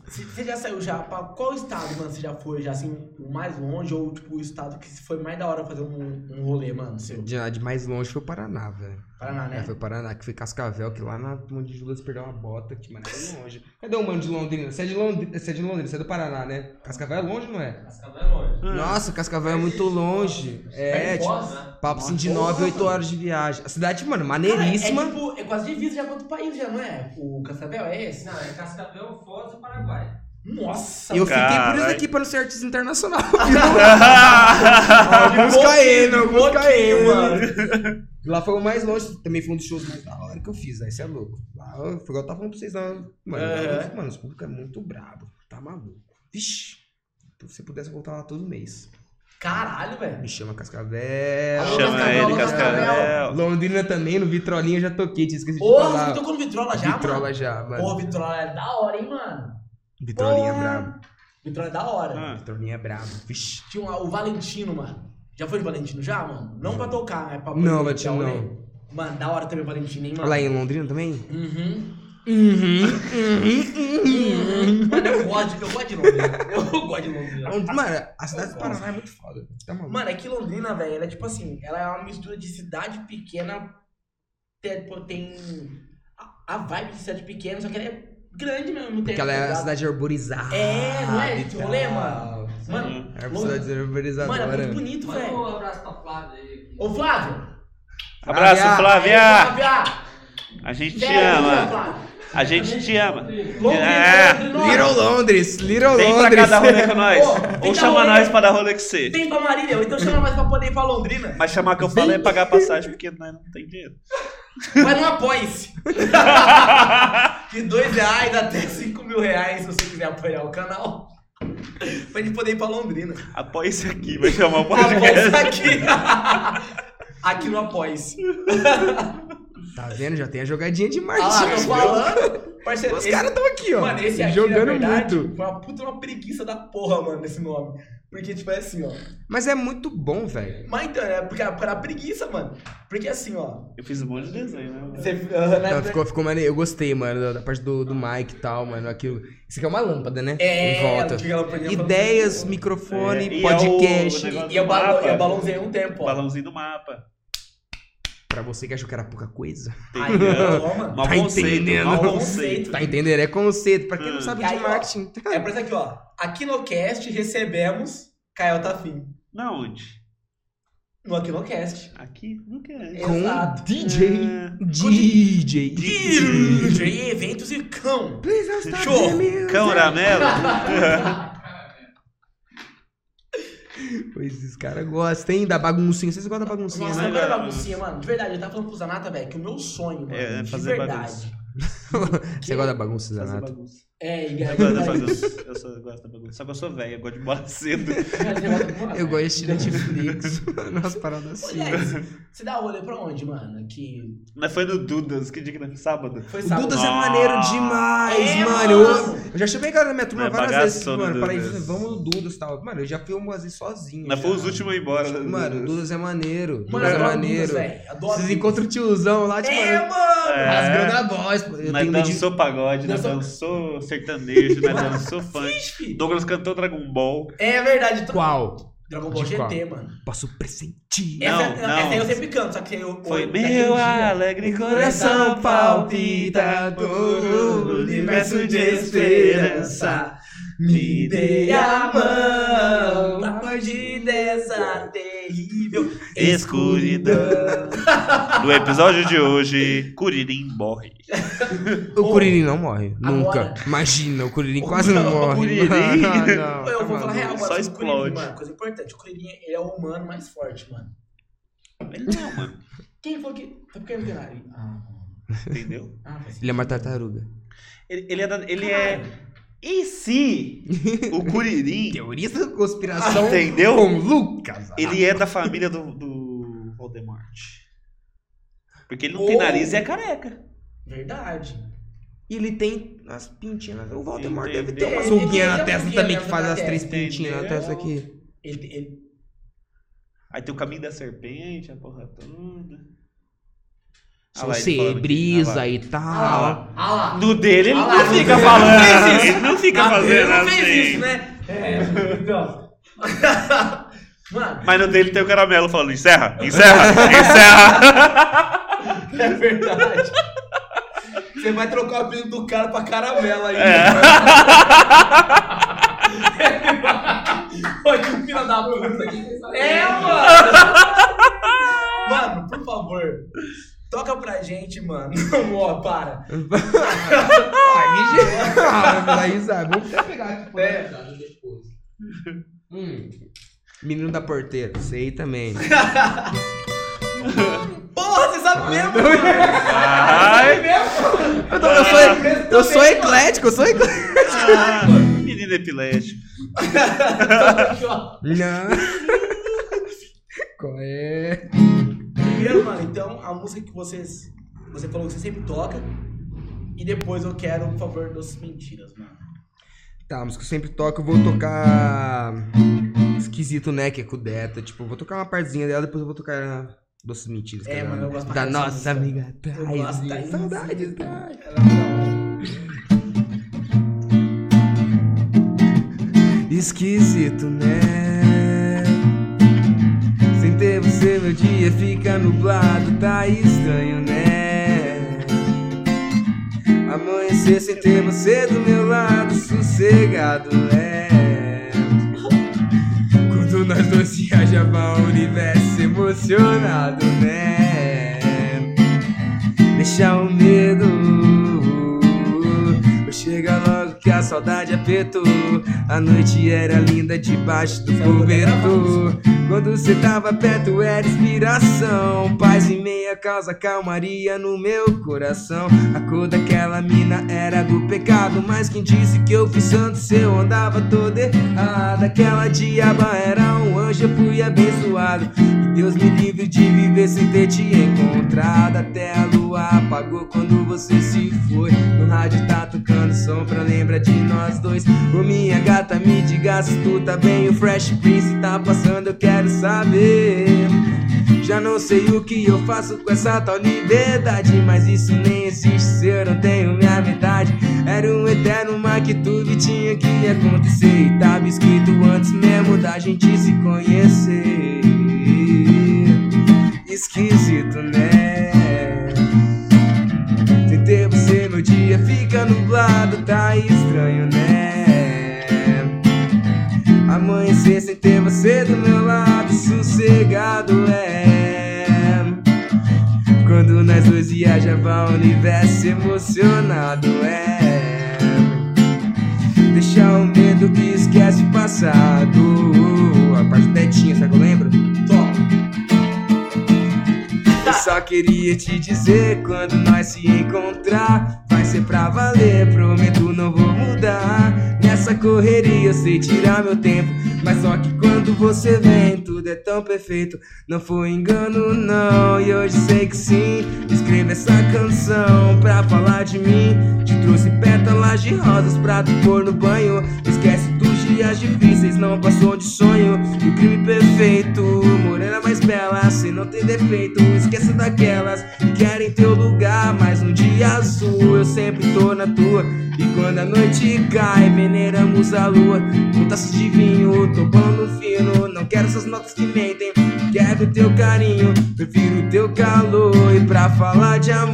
[SPEAKER 1] você já saiu já pra qual estado, mano, você já foi? Já assim, o mais longe ou tipo o estado que foi mais da hora fazer um, um rolê, mano, seu?
[SPEAKER 3] De, de mais longe foi o Paraná, velho.
[SPEAKER 1] Paraná,
[SPEAKER 3] É,
[SPEAKER 1] né?
[SPEAKER 3] foi Paraná, que foi Cascavel, que lá na Mão de Judas perdeu uma bota, que mano,
[SPEAKER 2] <laughs>
[SPEAKER 3] é longe. Cadê o mano de Londrina? Você é de Londrina, você é, de Londrina, você é do Paraná, né? Cascavel é longe, não é?
[SPEAKER 4] Cascavel é
[SPEAKER 5] né?
[SPEAKER 4] longe.
[SPEAKER 2] Ah,
[SPEAKER 3] Nossa, Cascavel é muito longe. É, tipo,
[SPEAKER 4] né?
[SPEAKER 3] papo assim de 9, 8 horas de viagem. A cidade, mano, maneiríssima.
[SPEAKER 1] Cara, é, tipo, é quase divisa já com outro país, já não é? O Cascavel é esse?
[SPEAKER 4] Não, é Cascavel, Foz e Paraguai.
[SPEAKER 6] Nossa,
[SPEAKER 3] E eu fiquei por isso
[SPEAKER 2] Caralho.
[SPEAKER 3] aqui pra não ser artista internacional.
[SPEAKER 2] Ah!
[SPEAKER 3] Alguns caíram, alguns caíram.
[SPEAKER 1] mano.
[SPEAKER 3] <laughs> Lá foi o mais longe, também foi um dos shows mais da hora que eu fiz, aí você é louco. Lá, eu- foi igual eu tava falando pra vocês, lá, mano,
[SPEAKER 1] É.
[SPEAKER 3] mano, esse público é muito brabo, tá maluco. Vixe, se eu pudesse voltar lá todo mês.
[SPEAKER 1] Caralho, velho.
[SPEAKER 3] Me chama Cascavel.
[SPEAKER 1] Alô,
[SPEAKER 2] Chama
[SPEAKER 1] Cascavel,
[SPEAKER 2] ele,
[SPEAKER 1] alô,
[SPEAKER 2] Cascavel.
[SPEAKER 3] Londrina também, no Vitrolinha eu já toquei, tinha esquecido de
[SPEAKER 1] Porra,
[SPEAKER 3] falar.
[SPEAKER 1] você tocou no Vitrola já, mano?
[SPEAKER 3] Vitrola é já, mano.
[SPEAKER 1] Porra, Vitrola é da hora, hein, mano?
[SPEAKER 3] Vitrolinha
[SPEAKER 1] porra.
[SPEAKER 3] brabo.
[SPEAKER 1] Vitrola é da hora.
[SPEAKER 2] Ah,
[SPEAKER 3] Vitrolinha é brabo, vixe.
[SPEAKER 1] Tinha um- o Valentino, mano. Já foi no Valentino já, mano? Não pra tocar, né? Pra
[SPEAKER 3] Não,
[SPEAKER 1] pra-
[SPEAKER 3] Valentino,
[SPEAKER 1] pra-
[SPEAKER 3] não.
[SPEAKER 1] Mano, da hora também o Valentino, hein, mano?
[SPEAKER 3] Lá em Londrina também?
[SPEAKER 1] Uhum.
[SPEAKER 3] Uhum, uhum, uhum.
[SPEAKER 1] Mano, eu gosto, de- eu gosto de Londrina. Eu <laughs> gosto de Londrina.
[SPEAKER 3] <laughs> Mano, a cidade do Paraná é muito foda. Tá maluco.
[SPEAKER 1] Mano, é que Londrina, velho, ela é tipo assim, ela é uma mistura de cidade pequena, tem, pô, tem a, a vibe de cidade pequena, só que ela é grande mesmo. tá
[SPEAKER 3] Porque ela é a cidade arborizada.
[SPEAKER 1] É, não é?
[SPEAKER 3] e
[SPEAKER 1] Esse
[SPEAKER 3] tal.
[SPEAKER 1] rolê, mano? Mano,
[SPEAKER 3] É uma
[SPEAKER 1] Londrina-
[SPEAKER 3] cidade né? arborizadora.
[SPEAKER 1] mano, é muito bonito,
[SPEAKER 5] Manda um
[SPEAKER 1] velho.
[SPEAKER 5] abraço pra Flávia aí.
[SPEAKER 1] Ô, Flávio!
[SPEAKER 2] Abraço, Flávia!
[SPEAKER 1] Flávia!
[SPEAKER 2] A gente te
[SPEAKER 1] Velho,
[SPEAKER 2] ama.
[SPEAKER 1] Flávio!
[SPEAKER 2] A gente te ama.
[SPEAKER 1] Londrina,
[SPEAKER 2] É.
[SPEAKER 1] Londrina,
[SPEAKER 3] Little Londres, Little
[SPEAKER 2] Vem pra cá
[SPEAKER 3] Londres.
[SPEAKER 2] dar rolê com nós.
[SPEAKER 1] Ô, vem
[SPEAKER 2] Ou
[SPEAKER 1] dar
[SPEAKER 2] chama
[SPEAKER 1] rolê.
[SPEAKER 2] nós pra dar rolê com você.
[SPEAKER 1] Tem pra Marília, ou então chama mais pra poder ir pra Londrina.
[SPEAKER 2] Mas chamar que eu falo é pagar passagem, porque nós não tem dinheiro.
[SPEAKER 1] Mas não
[SPEAKER 3] <laughs>
[SPEAKER 1] apoie-se. De dois reais até cinco mil reais, se você quiser apoiar o canal. pra gente poder ir pra Londrina.
[SPEAKER 2] Apoia isso aqui, vai chamar o podcast.
[SPEAKER 1] Apoia-se aqui. <laughs> aqui no apoie-se.
[SPEAKER 3] <laughs> Tá vendo? Já tem a jogadinha de
[SPEAKER 1] Olha lá, tô
[SPEAKER 3] marketing.
[SPEAKER 1] falando. Parceiro,
[SPEAKER 3] Os
[SPEAKER 1] esse-
[SPEAKER 3] caras estão aqui, ó. Tá
[SPEAKER 1] Mano, esse aqui,
[SPEAKER 3] jogando
[SPEAKER 1] na verdade,
[SPEAKER 3] muito.
[SPEAKER 1] foi uma puta uma preguiça da porra, mano, esse nome. Porque, tipo, é assim, ó.
[SPEAKER 3] Mas é muito bom, velho.
[SPEAKER 1] Mas então, é porque era preguiça, mano. Porque assim, ó.
[SPEAKER 2] Eu fiz um monte de desenho, né?
[SPEAKER 1] Você, ah, né,
[SPEAKER 3] Não, Tá, ficou, ficou maneiro. Eu gostei, mano, da- da parte do, do Mike e tal, mano. Aquilo. Isso aqui é uma lâmpada, né?
[SPEAKER 1] É,
[SPEAKER 3] em volta.
[SPEAKER 1] aquela lâmpadinha
[SPEAKER 3] Ideias,
[SPEAKER 1] falando-
[SPEAKER 3] microfone,
[SPEAKER 2] É, e é o-
[SPEAKER 3] podcast.
[SPEAKER 2] o negócio-
[SPEAKER 1] E eu, balo,
[SPEAKER 2] Mapa.
[SPEAKER 1] eu balãozei um tempo, ó.
[SPEAKER 2] Balãozinho do mapa.
[SPEAKER 3] Pra você que achou que era pouca coisa.
[SPEAKER 1] Aí,
[SPEAKER 2] Entendeu?
[SPEAKER 1] toma.
[SPEAKER 2] Mal
[SPEAKER 3] Tá
[SPEAKER 2] conceito,
[SPEAKER 3] entendendo?
[SPEAKER 2] mal
[SPEAKER 1] Mal
[SPEAKER 2] conceito.
[SPEAKER 3] Tá entendendo? É conceito. Pra quem
[SPEAKER 2] Ah.
[SPEAKER 3] não sabe
[SPEAKER 1] E aí,
[SPEAKER 3] de
[SPEAKER 1] ó,
[SPEAKER 3] marketing. tá
[SPEAKER 1] É por isso aqui, ó. Aqui no Cast recebemos Caio Tafim.
[SPEAKER 2] Na onde?
[SPEAKER 1] No Aqui no Cast.
[SPEAKER 2] Aqui? Nunca é.
[SPEAKER 1] É. Exato.
[SPEAKER 3] Com DJ.
[SPEAKER 2] Ah.
[SPEAKER 3] DJ.
[SPEAKER 1] DJ Eventos e Cão.
[SPEAKER 3] Please don't stop
[SPEAKER 1] Show.
[SPEAKER 3] the music.
[SPEAKER 2] Camaramelo?
[SPEAKER 3] Pois esses caras gostam, hein? Da baguncinha. Vocês gostam da baguncinha,
[SPEAKER 1] Nossa,
[SPEAKER 3] né?
[SPEAKER 1] agora baguncinha, mano. De verdade, eu tava falando pro Zanata, velho, que o meu sonho, mano.
[SPEAKER 2] É, é
[SPEAKER 1] de
[SPEAKER 2] fazer
[SPEAKER 1] verdade.
[SPEAKER 2] bagunça.
[SPEAKER 3] né? Você gosta da bagunça,
[SPEAKER 2] Fazer
[SPEAKER 3] Zanato?
[SPEAKER 2] bagunça.
[SPEAKER 1] É, e
[SPEAKER 2] Eu gosto da bagunça. Eu sou- eu gosto da bagunça. Só que eu sou velho, eu gosto de bola cedo.
[SPEAKER 3] Eu gosto de Netflix. <laughs> Umas paradas assim.
[SPEAKER 1] Aliás, você dá rolê pra onde, mano? Que
[SPEAKER 2] Mas foi no Dudas, que dia que foi? Sábado.
[SPEAKER 1] foi
[SPEAKER 3] O
[SPEAKER 1] sábado.
[SPEAKER 3] Dudas é
[SPEAKER 2] Nossa.
[SPEAKER 3] maneiro demais,
[SPEAKER 1] É,
[SPEAKER 3] mano. Eu-
[SPEAKER 1] mano.
[SPEAKER 3] Eu, já chamei a galera da minha turma
[SPEAKER 2] Mas
[SPEAKER 3] várias
[SPEAKER 2] bagaçou
[SPEAKER 3] vezes, assim,
[SPEAKER 2] no
[SPEAKER 3] mano. Para isso,
[SPEAKER 2] Dudas.
[SPEAKER 3] vamos no Dudas e tal. Mano, eu já fui umas vezes sozinho.
[SPEAKER 2] Nós
[SPEAKER 3] já.
[SPEAKER 2] fomos os últimos a ir embora. né?
[SPEAKER 3] Mano, o Dudas é maneiro. Dudas
[SPEAKER 1] Mano,
[SPEAKER 3] é
[SPEAKER 1] eu adoro
[SPEAKER 3] maneiro.
[SPEAKER 1] Dudas, velho. Adoro
[SPEAKER 3] Vocês
[SPEAKER 1] Dudas.
[SPEAKER 3] encontram o tiozão lá, tipo,
[SPEAKER 1] É, mano!
[SPEAKER 2] É.
[SPEAKER 3] rasgando a voz. pô. Eu
[SPEAKER 2] Nós
[SPEAKER 3] tenho medo de
[SPEAKER 2] dançou pagode, nós dançou sertanejo, nós dançou funk.
[SPEAKER 1] Ixi.
[SPEAKER 2] Douglas cantou Dragon Ball.
[SPEAKER 1] É verdade. tô-
[SPEAKER 3] qual?
[SPEAKER 1] Dragon Ball
[SPEAKER 3] De
[SPEAKER 1] GT, mano.
[SPEAKER 3] Posso pressentir.
[SPEAKER 2] Não,
[SPEAKER 1] essa,
[SPEAKER 2] não.
[SPEAKER 1] essa aí eu sempre canto, só que eu.
[SPEAKER 2] Foi
[SPEAKER 1] daquele
[SPEAKER 2] meu
[SPEAKER 1] dia.
[SPEAKER 2] alegre coração palpita por um universo de esperança.
[SPEAKER 1] Me dê a mão pra fugir dessa terrível
[SPEAKER 2] Escuridão. No episódio de hoje, Curirim morre.
[SPEAKER 3] O Curirim não morre, nunca.
[SPEAKER 1] Agora-
[SPEAKER 3] Imagina, o Curirim quase não,
[SPEAKER 1] não, o
[SPEAKER 3] morre. <laughs> Ah,
[SPEAKER 2] Curirim-
[SPEAKER 3] Não, tá não,
[SPEAKER 1] Eu vou falar
[SPEAKER 3] mano.
[SPEAKER 1] real agora
[SPEAKER 2] Só
[SPEAKER 1] sobre o Kuririn,
[SPEAKER 2] explode.
[SPEAKER 1] mano. Coisa importante. O Kuririn, ele é o humano mais forte, mano.
[SPEAKER 2] Ele não, mano.
[SPEAKER 1] Quem falou que... Tá porque ele não tem nariz. Ah,
[SPEAKER 2] Entendeu?
[SPEAKER 1] ah, mas...
[SPEAKER 3] Ele é uma tartaruga.
[SPEAKER 2] Ele, ele é. da- Ele é... Em
[SPEAKER 1] <laughs>
[SPEAKER 2] si, o Curirim,
[SPEAKER 3] Teoria da conspiração
[SPEAKER 2] Entendeu?
[SPEAKER 3] com Lucas.
[SPEAKER 2] ele é da família do, do Voldemort. Porque ele não tem
[SPEAKER 1] Oh.
[SPEAKER 2] nariz e é careca.
[SPEAKER 1] Verdade.
[SPEAKER 3] E ele tem as pintinhas. O Voldemort deve
[SPEAKER 2] Entendeu?
[SPEAKER 3] ter umas
[SPEAKER 1] Ele
[SPEAKER 3] ruguinhas
[SPEAKER 1] tem
[SPEAKER 3] na
[SPEAKER 1] a
[SPEAKER 3] testa
[SPEAKER 1] ruguinha
[SPEAKER 3] também, que
[SPEAKER 1] mesmo
[SPEAKER 3] faz
[SPEAKER 1] na
[SPEAKER 3] as três
[SPEAKER 2] testa,
[SPEAKER 3] pintinhas na
[SPEAKER 2] entendeu?
[SPEAKER 3] testa aqui.
[SPEAKER 1] Ele, ele...
[SPEAKER 2] Aí tem o caminho da serpente, a porra toda. Ah
[SPEAKER 3] Se
[SPEAKER 2] lá, ele
[SPEAKER 3] você
[SPEAKER 2] falando aqui, ah
[SPEAKER 3] brisa
[SPEAKER 2] lá.
[SPEAKER 3] e
[SPEAKER 1] Ah
[SPEAKER 3] tal.
[SPEAKER 1] lá, ah lá.
[SPEAKER 2] No dele, ele
[SPEAKER 1] Ah lá,
[SPEAKER 2] não
[SPEAKER 1] no
[SPEAKER 2] fica
[SPEAKER 1] dele,
[SPEAKER 2] falando.
[SPEAKER 1] ele
[SPEAKER 2] <laughs>
[SPEAKER 1] não fez isso.
[SPEAKER 2] Ele não fica
[SPEAKER 1] Ah, ele
[SPEAKER 2] fazendo
[SPEAKER 1] não fez
[SPEAKER 2] assim.
[SPEAKER 1] isso, né? É, então... mano,
[SPEAKER 2] Mas no dele tem o caramelo falando: encerra, encerra,
[SPEAKER 1] <laughs>
[SPEAKER 2] encerra.
[SPEAKER 1] é verdade. Você vai trocar o apelido do cara pra caramela aí.
[SPEAKER 5] né?
[SPEAKER 1] Olha que filho da puta. É, mano. Mano, por favor.
[SPEAKER 5] Toca pra gente, mano. Não, ó, para.
[SPEAKER 3] <laughs> Ah, me dá risada. Vamos até pegar aqui pra
[SPEAKER 5] É.
[SPEAKER 3] dar risada depois. Hum. Menino da porteira, sei também.
[SPEAKER 5] Porra, você sabe mesmo, mano.
[SPEAKER 2] Ai,
[SPEAKER 3] Eu, tô- eu sou, eu sou eclético, eu sou eclético.
[SPEAKER 2] ah, menino epilético.
[SPEAKER 3] Não. <laughs> Qual é?
[SPEAKER 5] Primeiro, mano, então, a música que vocês. Você falou que você sempre toca. E depois eu quero, por favor, doces mentiras, mano.
[SPEAKER 3] Tá, a música que eu sempre toco, eu vou tocar. Esquisito, né? Que é Kudeta. Tipo, eu vou tocar uma partezinha dela, depois eu vou tocar. Doces mentiras. que
[SPEAKER 5] É,
[SPEAKER 3] da-
[SPEAKER 5] mano, eu gosto pra
[SPEAKER 3] Da
[SPEAKER 5] caralho
[SPEAKER 3] nossa
[SPEAKER 5] dessa música.
[SPEAKER 3] amiga
[SPEAKER 5] Eu gosto da
[SPEAKER 3] Thaís. Saudades, Thaís.
[SPEAKER 5] Ela é da hora.
[SPEAKER 3] Esquisito, né? Sem ter você, meu dia fica nublado, tá estranho, né? Amanhecer sem ter você do meu lado, sossegado, né? Quando nós dois viajava o universo emocionado, né? deixar o medo. Chega logo que a saudade apertou. A noite era linda debaixo do cobertor. Quando cê tava perto era inspiração. Paz e meia causa calmaria no meu coração. A cor daquela mina era do pecado. Mas quem disse que eu fui santo se eu andava todo errado? Aquela diaba era um anjo, eu fui abençoado. E Deus me livre de viver sem ter te encontrado. Até a lua apagou quando você se foi. No rádio tá tocando som pra lembrar de nós dois. Ô minha gata, me diga se tu tá bem. O Fresh Prince tá passando, eu quero saber. Já não sei o que eu faço com essa tal liberdade. Mas isso nem existe se eu não tenho minha verdade. Era um eterno mar que tudo tinha que acontecer. E tava escrito antes mesmo da gente se conhecer. Esquisito, né? Sem ter você, meu dia fica nublado, tá estranho, né? Amanhecer sem ter você do meu lado, sossegado é. Quando nós dois viajava o universo emocionado é Deixar o medo que esquece o passado A parte do netinha, sabe que eu lembro?
[SPEAKER 5] Toma.
[SPEAKER 3] Eu só queria te dizer quando nós se encontrar Vai ser pra valer, prometo não vou mudar Nessa correria eu sei tirar meu tempo Mas só que quando você vem tudo é tão perfeito Não foi engano não, e hoje sei que sim Escreva essa canção pra falar de mim Te trouxe pétalas de rosas pra tu pôr no banho Esquece dos dias difíceis, não passou de sonho E o crime perfeito, morena mais bela Sem não ter defeito, esquece daquelas Que querem teu lugar, mas um dia azul Eu sempre tô na tua E quando a noite cai, veneramos a lua Um taço de vinho, tomando um fino Não quero essas notas que mentem Quero teu carinho, prefiro teu calor. E pra falar de amor,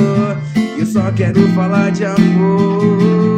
[SPEAKER 3] né? eu só quero falar de amor. tá né? é,